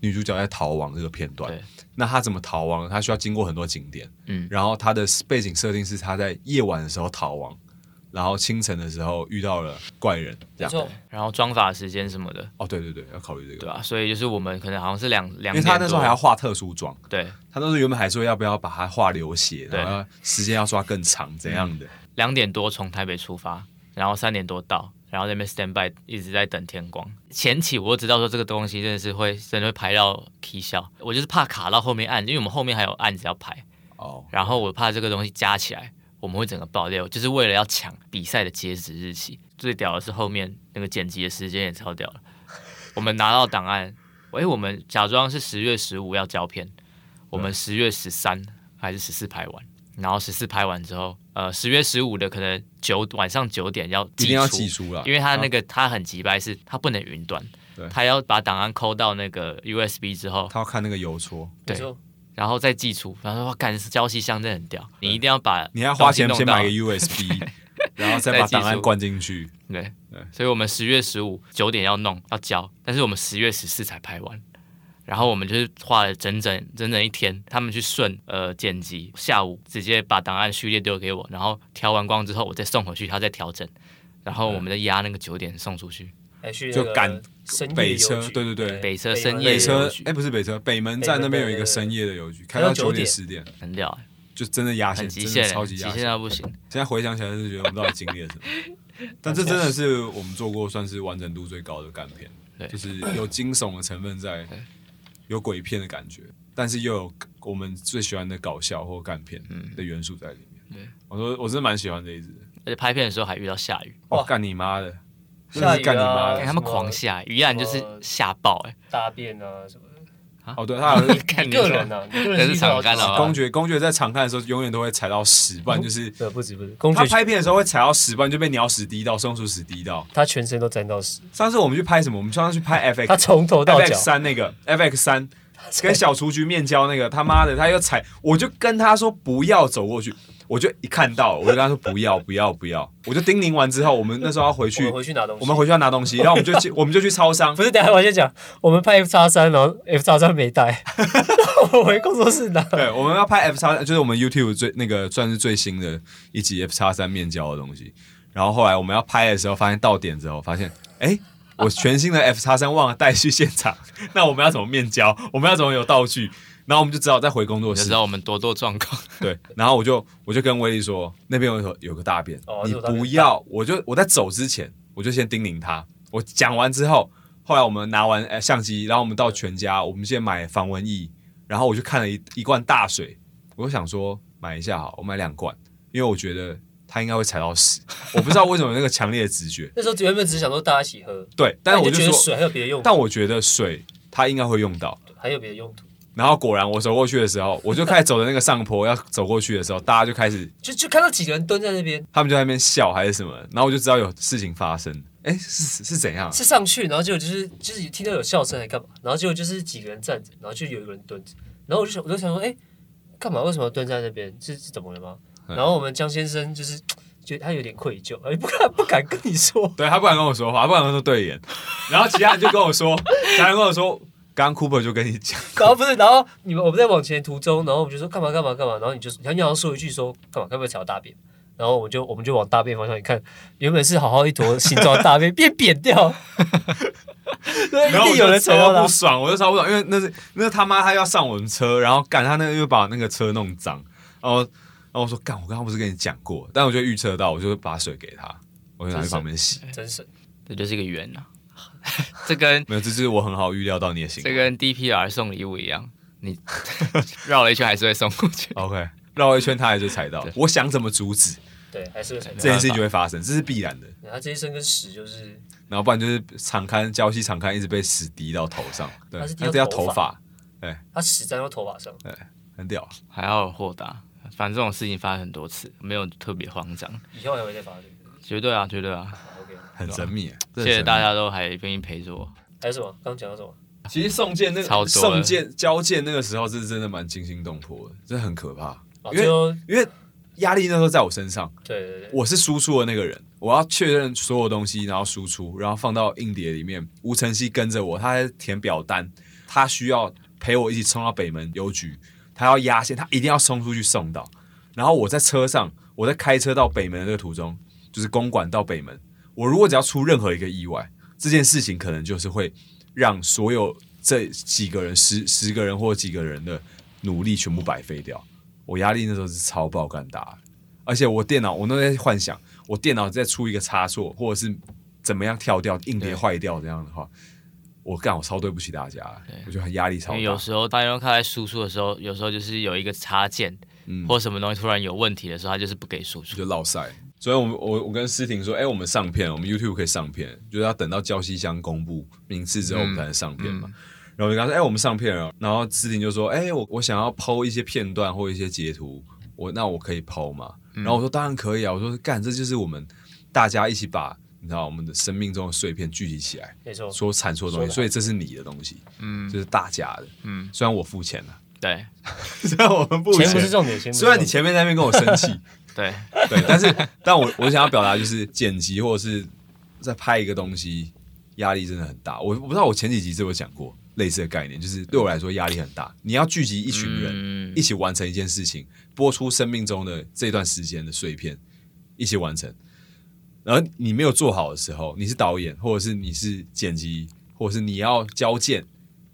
S1: 女主角在逃亡这个片段
S2: 对。
S1: 那她怎么逃亡？她需要经过很多景点，
S2: 嗯，
S1: 然后他的背景设定是他在夜晚的时候逃亡，然后清晨的时候遇到了怪人，这样。
S3: 没错，
S2: 然后妆发时间什么的，
S1: 哦，对对对，要考虑这
S2: 对
S1: 个，
S2: 吧、所以就是我们可能好像是两两
S1: 因为
S2: 点
S1: 他那时候
S2: 多
S1: 还要画特殊妆，
S2: 对
S1: 他那时候原本还说要不要把它画流血，
S2: 对嗯
S1: 然后要时间要抓更长怎样的。
S2: 两点多从台北出发，然后三点多到，然后在那边 stand by 一直在等天光。前期我就知道说这个东西真的是会真的会排到 K 笑，我就是怕卡到后面案，因为我们后面还有案子要排，
S1: 哦，
S2: 然后我怕这个东西加起来我们会整个爆掉，就是为了要抢比赛的截止日期。最屌的是后面那个剪辑的时间也超屌了，我们拿到档案，诶，我们假装是十月十五要交片，我们十月十三还是十四排完。然后十四拍完之后，呃，十月十五的可能九晚上九点要
S1: 一
S2: 寄
S1: 定要
S2: 出，
S1: 寄出了，
S2: 因为它那
S1: 啊
S2: 个它很急掰，是它不能云端
S1: 对，
S2: 它要把档案抠到那个 USB 之后，
S1: 他要看那个邮戳，
S2: 对
S3: 你说
S2: 然后再寄出。然后说哇，干胶西箱真的很屌，你一定要把
S1: 你还要花钱
S2: 东西
S1: 先
S2: 弄到
S1: 买个 USB，然 后再
S2: 再
S1: 把
S2: 寄
S1: 档案
S2: 出
S1: 灌进去。
S2: 对
S1: 对，
S2: 所以我们十月十五九点要弄要交，但是我们十月十四才拍完。然后我们就是花了整整整整一天，他们去顺呃剪辑，下午直接把档案序列丢给我，然后调完光之后我再送回去，他再调整，然后我们再压那个九点送出去。
S3: 还去
S1: 就
S3: 那个
S1: 赶
S3: 深夜
S1: 北
S3: 邮
S1: 车
S3: 局
S1: 对对对
S2: 北车
S3: 门
S2: 深夜
S1: 北车
S2: 邮局
S1: 哎，不是北车，北门
S3: 北
S1: 站
S3: 门
S1: 那边有
S3: 对
S1: 一个
S3: 对
S1: 深
S3: 对
S1: 夜的邮局，开
S3: 开到
S1: 到九
S3: 9点
S1: 十点，
S2: 很屌欸，
S1: 就真的压
S2: 很
S1: 线，
S2: 极
S1: 真
S2: 限
S1: 的
S2: 欸，
S1: 超级
S2: 极
S1: 压
S2: 限
S1: 线。
S2: 到不行。
S1: 现在回想起来，是觉得我们到底经历了什么？但这真的是我们做过算是完整度最高的干片
S2: 对，
S1: 就是 有惊悚的成分在
S2: 对，
S1: 有鬼片的感觉，但是又有我们最喜欢的搞笑或干片的元素在里面
S2: 对。
S1: 我说我真的蛮喜欢这一支的，
S2: 而且拍片的时候还遇到 下雨，哎
S1: 哦
S3: 哇，
S1: 干你妈的！真
S3: 下
S1: 的
S3: 雨
S1: 是干你妈
S3: 啊
S1: 的
S2: 看！他们
S3: 什么
S2: 狂下雨，雨岸就是吓爆哎、
S3: 大便啊什么的。
S1: 哦，对，他有
S2: 看
S3: 你
S2: 你
S3: 个人啊，你个人
S2: 那是
S3: 遇到
S2: 场干
S3: 的
S2: 啊
S1: 公爵，公爵在常看的时候永远都会踩到屎，不然 就是
S3: 呃，不止不止，公
S1: 他
S3: 爵
S1: 拍片的时候会踩到屎，不然就被鸟屎滴到，松鼠屎滴到。
S3: 他全身都沾到屎，
S1: 上次我们去拍什么？我们上次去拍 FX，
S3: 他从头到
S1: FX
S3: 脚
S1: 三那个 FX 三跟小雏菊面交那个，他妈的，他又踩，我就跟他说不要走过去，我就一看到，我就跟他说不要不要不要，我就叮咛完之后，我们那时候要回
S3: 我
S1: 去
S3: 们，回去拿东西。
S1: 我们回去要拿东西，然后我们就去我们就去超商
S3: 不，是，等一下我先讲，我们拍 F 叉三，然后 F 叉三没 带，我回工作室拿。
S1: 对，我们要拍 F 叉，就是我们 YouTube 最那个算是最新的一集 F 叉三面交的东西。然后后来我们要拍的时候，发现到点之后，发现哎。诶我全新的 F 叉三忘了带去现场， 那我们要怎么面交？我们要怎么有道具？然后我们就只好再回工作
S2: 你就
S1: 室
S2: 知。道我们多多状况。
S1: 对，然后我就我就跟威力说，那边有有有个大便，
S3: 哦
S1: 你
S3: 有大便
S1: 不要，我就我在走之前，我就先叮咛他。我讲完之后，后来我们拿完呃相机，然后我们到全家，我们先买防蚊液，然后我就看了一一罐大水，我就想说买一下好，我买两罐，因为我觉得他应该会踩到屎，我不知道为什么有那个强烈的直觉，
S3: 那时候原本只是想说大家一起喝，
S1: 对，但是
S3: 你
S1: 我
S3: 就觉得
S1: 说，
S3: 水还有别的用途，
S1: 但我觉得水他应该会用到。
S3: 还有别的用途，
S1: 然后果然，我走过去的时候，我就开始走的那个上坡，要走过去的时候，大家就开始
S3: 就就看到几个人蹲在那边，
S1: 他们就在那边笑还是什么，然后我就知道有事情发生。哎、是是怎样？
S3: 是上去，然后结果就是就是听到有笑声还干嘛，然后结果就是几个人站着，然后就有一个人蹲着，然后我就想我就想说，哎、干嘛？为什么要蹲在那边？是是怎么了吗？
S1: 嗯
S3: 然后我们江先生就是觉得他有点愧疚，哎，不敢不敢跟你说，
S1: 对他不敢跟我说话，他不敢跟我说对眼，然后其他人就跟我说，其他人跟我说，刚刚 Cooper 就跟你 讲，
S3: 然后不是，然后你们我们在往前途中，然后我们就说干嘛干嘛干嘛，然后你就然后你好像说一句哎说干嘛，该不会踩到大便？然后我们就我们就往大便方向一看，原本是好好一坨形状的大便变扁掉，对，
S1: 然
S3: 一
S1: 后我
S3: 定有
S1: 就
S3: 人踩
S1: 超
S3: 到啦
S1: 不爽，我就超不爽，因为那是那他妈他要上我们车，然后干他那个又把那个车弄脏，然后然后我说干，我刚刚不是跟你讲过，但我就预测到，我就把水给他，我就拿去旁边 洗，
S3: 真是
S2: 这就是一个圆啊。 这跟
S1: 没有，这就是我很好预料到你的行为。
S2: 这跟 DPR 送礼物一样，你 绕了一圈还是会送过去。
S1: OK，绕一圈他还是踩到
S2: 对，
S1: 我想怎么阻止
S3: 对，还是会踩到
S1: 这件事情就会发生，这是必然的。
S3: 他这一身跟屎就是
S1: 然后不然就是常刊礁溪常刊一直被屎滴到头上，对，
S3: 它是滴
S1: 它
S3: 到
S1: 滴到
S3: 头
S1: 头
S3: 发
S1: 发，
S3: 他屎沾到头发上，
S1: 很屌。
S2: 还好豁达，反正这种事情发生很多次，没有特别慌张。
S3: 以后还会再发生。
S2: 绝对啊，绝对啊！
S3: 好 OK，
S1: 很神秘，
S2: 谢谢大
S1: 家。
S2: 家都还愿意陪着我。
S3: 还有什么？刚刚讲到什么？
S1: 其实送件那
S2: 超
S1: 个
S2: 多了
S1: 送件交件那个时候，是真的蛮惊心动魄的，这很可怕。
S3: 哦，
S1: 因为
S3: 最后
S1: 因为压力那时候在我身上，
S3: 对对对，
S1: 我是输出的那个人，我要确认所有东西，然后输出，然后放到硬碟里面。吴晨曦跟着我，他在填表单，他需要陪我一起冲到北门邮局，他要压线，他一定要冲出去送到。然后我在车上，我在开车到北门的这个途中，就是公馆到北门，我如果只要出任何一个意外，这件事情可能就是会让所有这几个人十十个人或几个人的努力全部白费掉。我压力那时候是超爆肝大的，而且我电脑我那天幻想，我电脑再出一个差错，或者是怎么样跳掉硬碟
S2: 对
S1: 坏掉这样的话，我干我超对不起大家
S2: 对，
S1: 我觉得压力超
S2: 因为有
S1: 大。
S2: 时候大家看在输出的时候，有时候就是有一个插件、
S1: 嗯
S2: 或什么东西突然有问题的时候，它就是不给输出。
S1: 就落赛。所以我，们我我跟思婷说，哎、我们上片，我们 YouTube 可以上片，就是要等到胶西乡公布名次之后，我
S3: 嗯
S1: 们才能上片嘛。然后我就跟他说，哎、我们上片了。然后思婷就说，哎、我我想要剖一些片段或一些截图我那我可以剖嘛？
S3: 嗯
S1: 然后我说当然可以啊，我说干，这就是我们大家一起把你知道我们的生命中的碎片聚集起来，
S3: 没错，
S1: 所产出的东
S3: 说
S1: 西，
S3: 得
S1: 所以这是你的东西，
S2: 嗯
S1: 这是大家的。
S2: 嗯，
S1: 虽然我付钱了，
S2: 对
S1: 虽然我们付
S3: 钱不是重点，钱不是
S1: 虽然你
S3: 重点
S1: 前面在那边跟我生气，
S2: 对，
S1: 对，但是但我我想要表达就是剪辑或者是在拍一个东西，压力真的很大。我我不知道我前几集是有讲过类似的概念，就是对我来说压力很大。你要聚集一群人、
S2: 嗯
S1: 一起完成一件事情，播出生命中的这段时间的碎片，一起完成。然后你没有做好的时候，你是导演，或者是你是剪辑，或者是你要交件，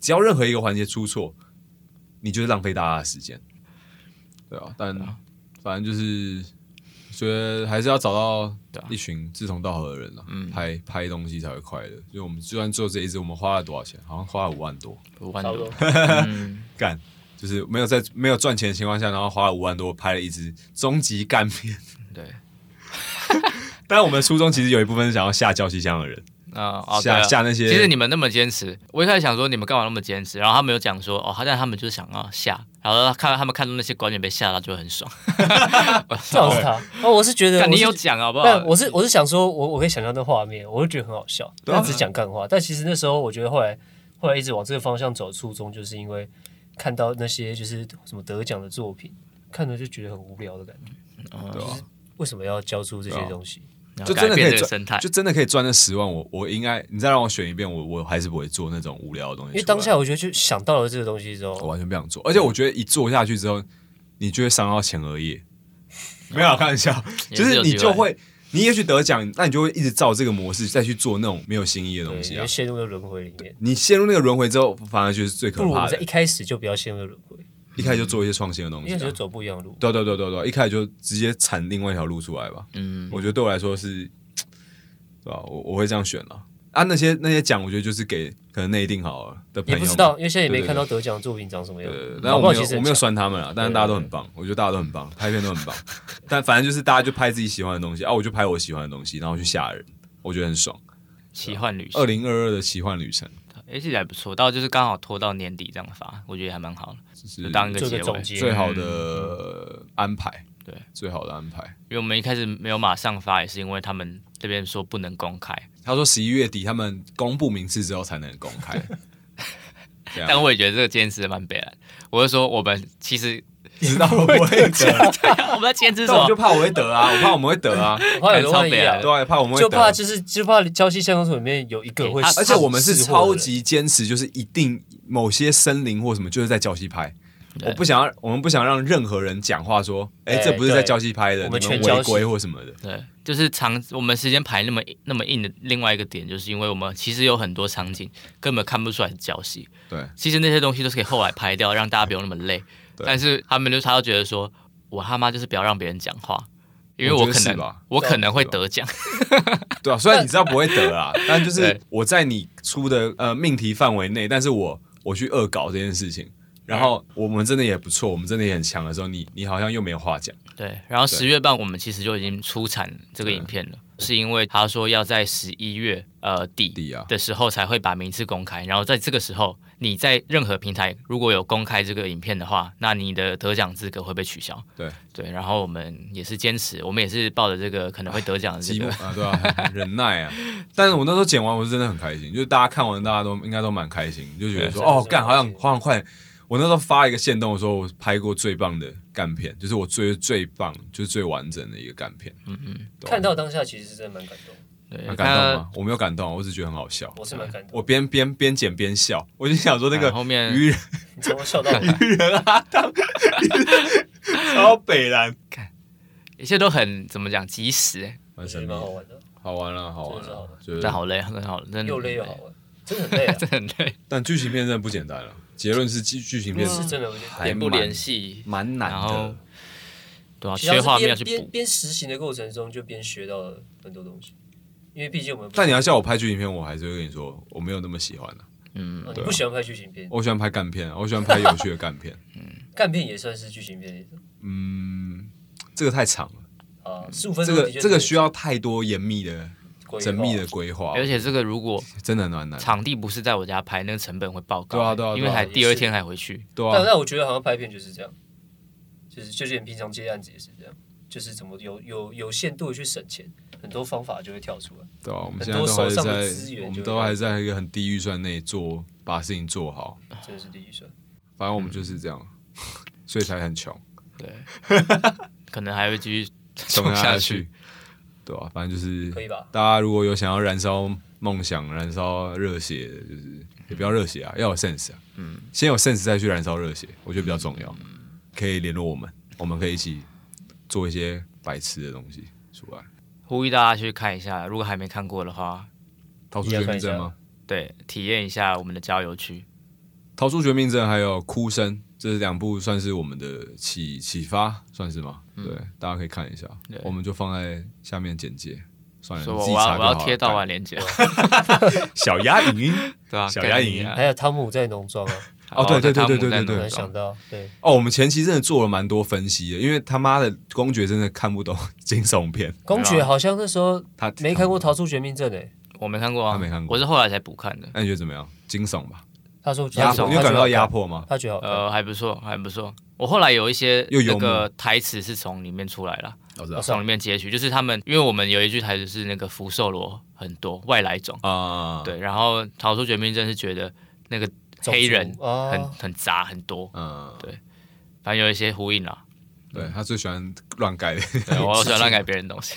S1: 只要任何一个环节出错，你就是浪费大家的时间，对啊。但反正就是觉得还是要找到
S2: 对啊
S1: 一群志同道合的人啊，
S2: 嗯
S1: 拍拍东西才会快乐。因为我们就算做这一支，我们花了多少钱？好像花了五万多，
S2: 五万
S3: 差不多
S2: 多，。嗯
S1: 干就是没有在没有赚钱的情况下，然后花了五万多拍了一支终极干片。
S2: 对，
S1: 但我们初衷其实有一部分是想要下教西乡的人，
S2: 啊哦，对
S1: 下
S2: 啊
S1: 下那些
S2: 其实你们那么坚持，我一开始想说你们干嘛那么坚持，然后他们有讲说哦，他但他们就是想要下，然后看他们看到那些官员被吓到就会 很爽。
S3: 最好是他。哦，我是 觉得
S2: 但
S3: 我
S2: 你
S3: 是
S2: 有讲好不好？
S3: 但我是我是想说，我我可以想象那画面，我就觉得很好笑。
S1: 对啊
S3: 但只讲干话，但其实那时候我觉得后来后来一直往这个方向走的初衷，就是因为看到那些就是什么得奖的作品，看着就觉得很无聊的感觉。
S1: 对吧、
S3: 为什么要教出这些
S1: 对啊
S3: 东西？
S2: 然后
S1: 就真的
S2: 哦改
S1: 可
S2: 变
S1: 以
S2: 这个
S1: 赚
S2: 生态
S1: 就，真的可以赚那十万，我我应该，你再让我选一遍，我我还是不会做那种无聊的东西出来。
S3: 因为当下我觉得就想到了这个东西之
S1: 我
S3: 后，
S1: 完全不想做，而且我觉得一做下去之后，你就会伤到前额叶。没有啊开玩 笑，
S2: 也
S1: 就是是
S2: 有
S1: 你
S2: 机
S1: 就
S2: 会
S1: 会，你也许得奖，那你就会一直照这个模式再去做那种没有新意的
S3: 对，
S1: 东西
S3: 你
S1: 啊
S3: 就。陷入了轮回里面。
S1: 你陷入那个轮回之后，反而就是最
S3: 不
S1: 可
S3: 如我
S1: 怕
S3: 们在
S1: 的啊
S3: 一。开始就不要陷入轮回，
S1: 一开始就做一些创新的东
S3: 一
S1: 西、
S3: 开始就
S1: 啊，
S3: 走不一样的路。
S1: 对对对对对，一开始就直接产另外一条路出来吧。
S2: 嗯，
S1: 我觉得对我来说是，对吧、啊我我会这样选了啊。那些那些奖，我觉得就是给可能内定好了的朋友
S3: 也
S1: 们，
S3: 不知道，因为现在也
S1: 对
S3: 没
S1: 对
S3: 看到得奖的作品长什么样。
S1: 呃，然
S3: 搞
S1: 后
S3: 不
S1: 我
S3: 好
S1: 没
S3: 其
S1: 有
S3: 实
S1: 我
S3: 很
S1: 没有
S3: 强
S1: 酸他们啊，但是大家都很棒，我觉得大家都很棒， 拍片都很棒。但反正就是大家就拍自己喜欢的东西啊，我就拍我喜欢的东西，然后去吓人，我觉得很爽。
S2: 奇幻旅
S1: 二
S2: 行，
S1: 零二二的奇幻旅程，
S2: 哎，其实还不错，到就是刚好拖到年底这样发，我觉得还蛮好的，
S1: 就是
S2: 就当一个
S3: 做
S2: 结
S3: 个
S2: 尾
S3: 总，结
S1: 最好
S3: 嗯
S1: 的安排，
S2: 对，
S1: 最好的安排。
S2: 因为我们一开始没有马上发，也是因为他们这边说不能公开，
S1: 他说十一月底他们公布名次之后才能公开，对啊
S2: 但我也觉得这个坚持得蛮悲哀。我是说，我们其 实
S1: 知道我不会得，
S2: 我们在坚持什
S1: 但我
S2: 么
S1: 就？怕我会得啊，我怕我们会得啊，
S3: 我怕有人万一啊
S2: 对，
S1: 对啊，怕我们会
S3: 就
S1: 得
S3: 怕就是就怕交西相公所里面有一个会
S2: 哎啊
S3: 识货
S1: 而
S3: 的人，
S1: 且我们是超级坚持，就是一定某些森林或什么就是在礁溪拍。
S2: 对
S1: 我不想要，我们不想让任何人讲话说，哎、
S3: 哎
S1: 这不是在礁溪拍的，
S3: 对
S1: 你
S3: 我们全
S1: 违
S3: 礁溪
S1: 规或什么的。
S2: 对，就是场我们时间排那么那么硬的另外一个点，就是因为我们其实有很多场景根本看不出来是交戏，
S1: 对，
S2: 其实那些东西都是可以后来排掉，让大家不用那么累。
S1: 对
S2: 但是他们就他就觉得说，我他妈就是不要让别人讲话，因为
S1: 我觉得
S2: 可
S1: 是
S2: 能
S1: 吧
S2: 我可能会
S1: 啊
S2: 得奖。
S1: 对啊，虽然你知道不会得 啊，但就是
S2: 对
S1: 我在你出的呃命题范围内，但是我我去恶搞这件事情，然后我们真的也不错，我们真的也很强的时候，你你好像又没有话讲。
S2: 对，然后
S1: 对
S2: 十月半我们其实就已经出产这个影片了，是因为他说要在十一月呃
S1: 底
S2: 底
S1: 啊
S2: 的时候才会把名次公开，然后在这个时候你在任何平台如果有公开这个影片的话，那你的得奖资格会被取消。
S1: 对
S2: 对，然后我们也是坚持，我们也是抱着这个可能会得奖的这
S1: 寂寞
S2: 个，
S1: 啊，对啊， 忍耐啊。但是我那时候剪完，我是真的很开心，就是大家看完，大家都应该都蛮开心，就觉得说
S3: 对
S1: 哦，
S3: 是
S1: 干，
S3: 是
S1: 好想好想快。我那时候发一个线动，我说我拍过最棒的干片，就是我最最棒，就是最完整的一个干片。
S2: 嗯嗯，
S1: 对啊
S3: 看到当下其实是真的蛮感动，
S2: 对，
S1: 很
S2: 看
S1: 啊感
S2: 到
S1: 动吗？我没有感动，我只是觉得很好笑。
S3: 我是蛮感动。
S1: 我边边边剪边笑，我就想说那个
S2: 啊后面
S1: 愚人
S3: 你从头 笑到尾，
S1: 愚人阿当，超北 蓝，
S2: 一切都很怎么讲及时、欸，
S1: 蛮
S3: 其
S1: 神
S3: 实
S1: 秘
S3: 蛮好
S1: 的，
S3: 玩的，
S1: 好玩了，好玩
S3: 真的是好
S1: 了
S3: 玩，
S1: 就是
S2: 但好累，很好，
S1: 嗯
S2: 真的
S3: 又
S2: 很
S3: 累又哦好，玩，真的 很累啊，
S2: 真的很累，
S1: 但剧情片真的不简单了。结论是剧剧情片
S3: 嗯是真的有 点。
S1: 还
S4: 联不
S1: 蛮
S4: 联系？
S1: 蛮
S2: 然后。对啊，
S3: 其实它
S2: 缺
S3: 是
S2: 画面要
S3: 边
S2: 去
S3: 边
S2: 补，
S3: 边实行的过程中，就边学到了很多东西，因为毕竟我们
S1: 但你要叫我拍剧情片，我还是会跟你说我没有那么喜欢的、
S2: 嗯
S1: 啊
S3: 哦，你不喜欢拍剧情片，
S1: 我喜欢拍干片啊，我喜欢拍有趣的干片。
S3: 干片也算是剧情片的一种
S1: 嗯，这个太长了，
S3: 啊，十五分
S1: 嗯这
S3: 钟
S1: 个
S3: 的确
S1: 这个
S3: 是
S1: 需要太多严密的、
S3: 规划
S1: 缜密的规划，
S2: 而且这个如果
S1: 真的很难难。
S2: 场地不是在我家拍，那个成本会爆
S1: 嗯
S2: 高。
S1: 对啊对啊对啊
S2: 因为才第二天才回去。
S1: 对
S3: 但
S1: 啊，
S3: 但我觉得好像拍片就是这样，就就是就连平常接案子也是这样，就是怎么有有有限度的去省钱，很多方法就会跳出来。
S1: 对啊，我们
S3: 很
S1: 现在
S3: 多
S1: 都还
S3: 手上的资
S1: 在，
S3: 源
S1: 我
S3: 就
S1: 们
S3: 会
S1: 都还在一个很低预算内做，把事情做好。
S3: 真的是第一顺。
S1: 反正我们
S3: 嗯
S1: 就是这样， 所以才很 穷，
S2: 对，可能还会继续
S1: 穷
S2: 冲
S1: 下
S2: 下去
S1: 去。。对啊，反正就是
S3: 可以吧
S1: 大家如果有想要燃烧梦想、燃烧热血的，就是也不要热血啊，要有 sense 啊。嗯，先有 sense 再去燃烧热血，我觉得比较重要。
S2: 嗯
S1: 可以联络我们，我们可以一起做一些白痴的东西出来。
S2: 呼吁大家去看一下，如果还没看过的话，
S1: 逃出
S3: 你
S1: 绝
S3: 要看
S1: 命
S3: 一下
S1: 镇吗？
S2: 对，体验一下我们的郊游区。
S1: 逃出绝命镇还有哭声，这两部算是我们的启启发，算是吗？对，大家可以看一下
S2: 嗯对，
S1: 我们就放在下面简介。算了，
S2: 所
S1: 嗯
S2: 以
S1: 你
S2: 我
S1: 自己
S2: 我
S1: 查就
S2: 要我
S1: 好
S2: 要
S1: 了
S2: 贴盗版
S1: 干
S2: 链接，
S1: 小鸭影音
S2: 对啊，
S1: 小鸭影哎音
S2: 干你
S3: 还有汤姆在农庄啊，
S2: 啊
S1: 哦对对对对对对
S3: 突
S1: 对
S3: 然想到，对，
S1: 哦，我们前期真的做了蛮多分析的，因为他妈的公爵真的看不懂惊悚 片，
S3: 公
S2: 对
S3: 爵
S2: 啊
S3: 好像那时候
S1: 他
S3: 没看过《逃出绝命镇》欸诶，
S2: 我没看过啊，
S1: 他没看过
S2: 我是后来才补看的。
S1: 那你觉得怎么样？惊悚吧，
S3: 他说
S1: 压
S3: 他
S1: 迫，
S3: 说
S1: 你有感到压迫
S3: 迫，
S1: 吗？
S3: 他觉得好看
S2: 呃，还不错，还不错。我后来有一些
S1: 又幽
S2: 那
S1: 默哦啊
S2: 个台词是从里面出来了，
S1: 我知道
S3: 是
S2: 从里面截取，就是他们，因为我们有一句台词是那个福寿螺很多外来种，
S1: 啊，，
S2: 对，然后逃出绝命镇是觉得那个黑人
S3: 种族哦
S2: 很很杂很多，
S1: 嗯，
S2: 对反正有一些呼应啦。
S1: 对他最喜欢乱改的，
S2: 对我喜欢乱改别人的东西。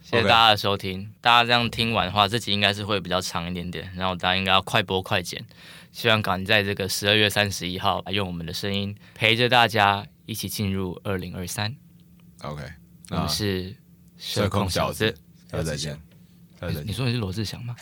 S2: 谢谢大家的收听，大家这样听完的话，这集应该是会比较长一点点，然后大家应该要快播快剪，希望赶在这个十二月三十一号，用我们的声音陪着大家一起进入二零二三。
S1: OK，
S2: 我
S1: 那
S2: 们是
S1: 社恐小子，下次再见，下次再见
S2: 你。说你是罗志祥吗？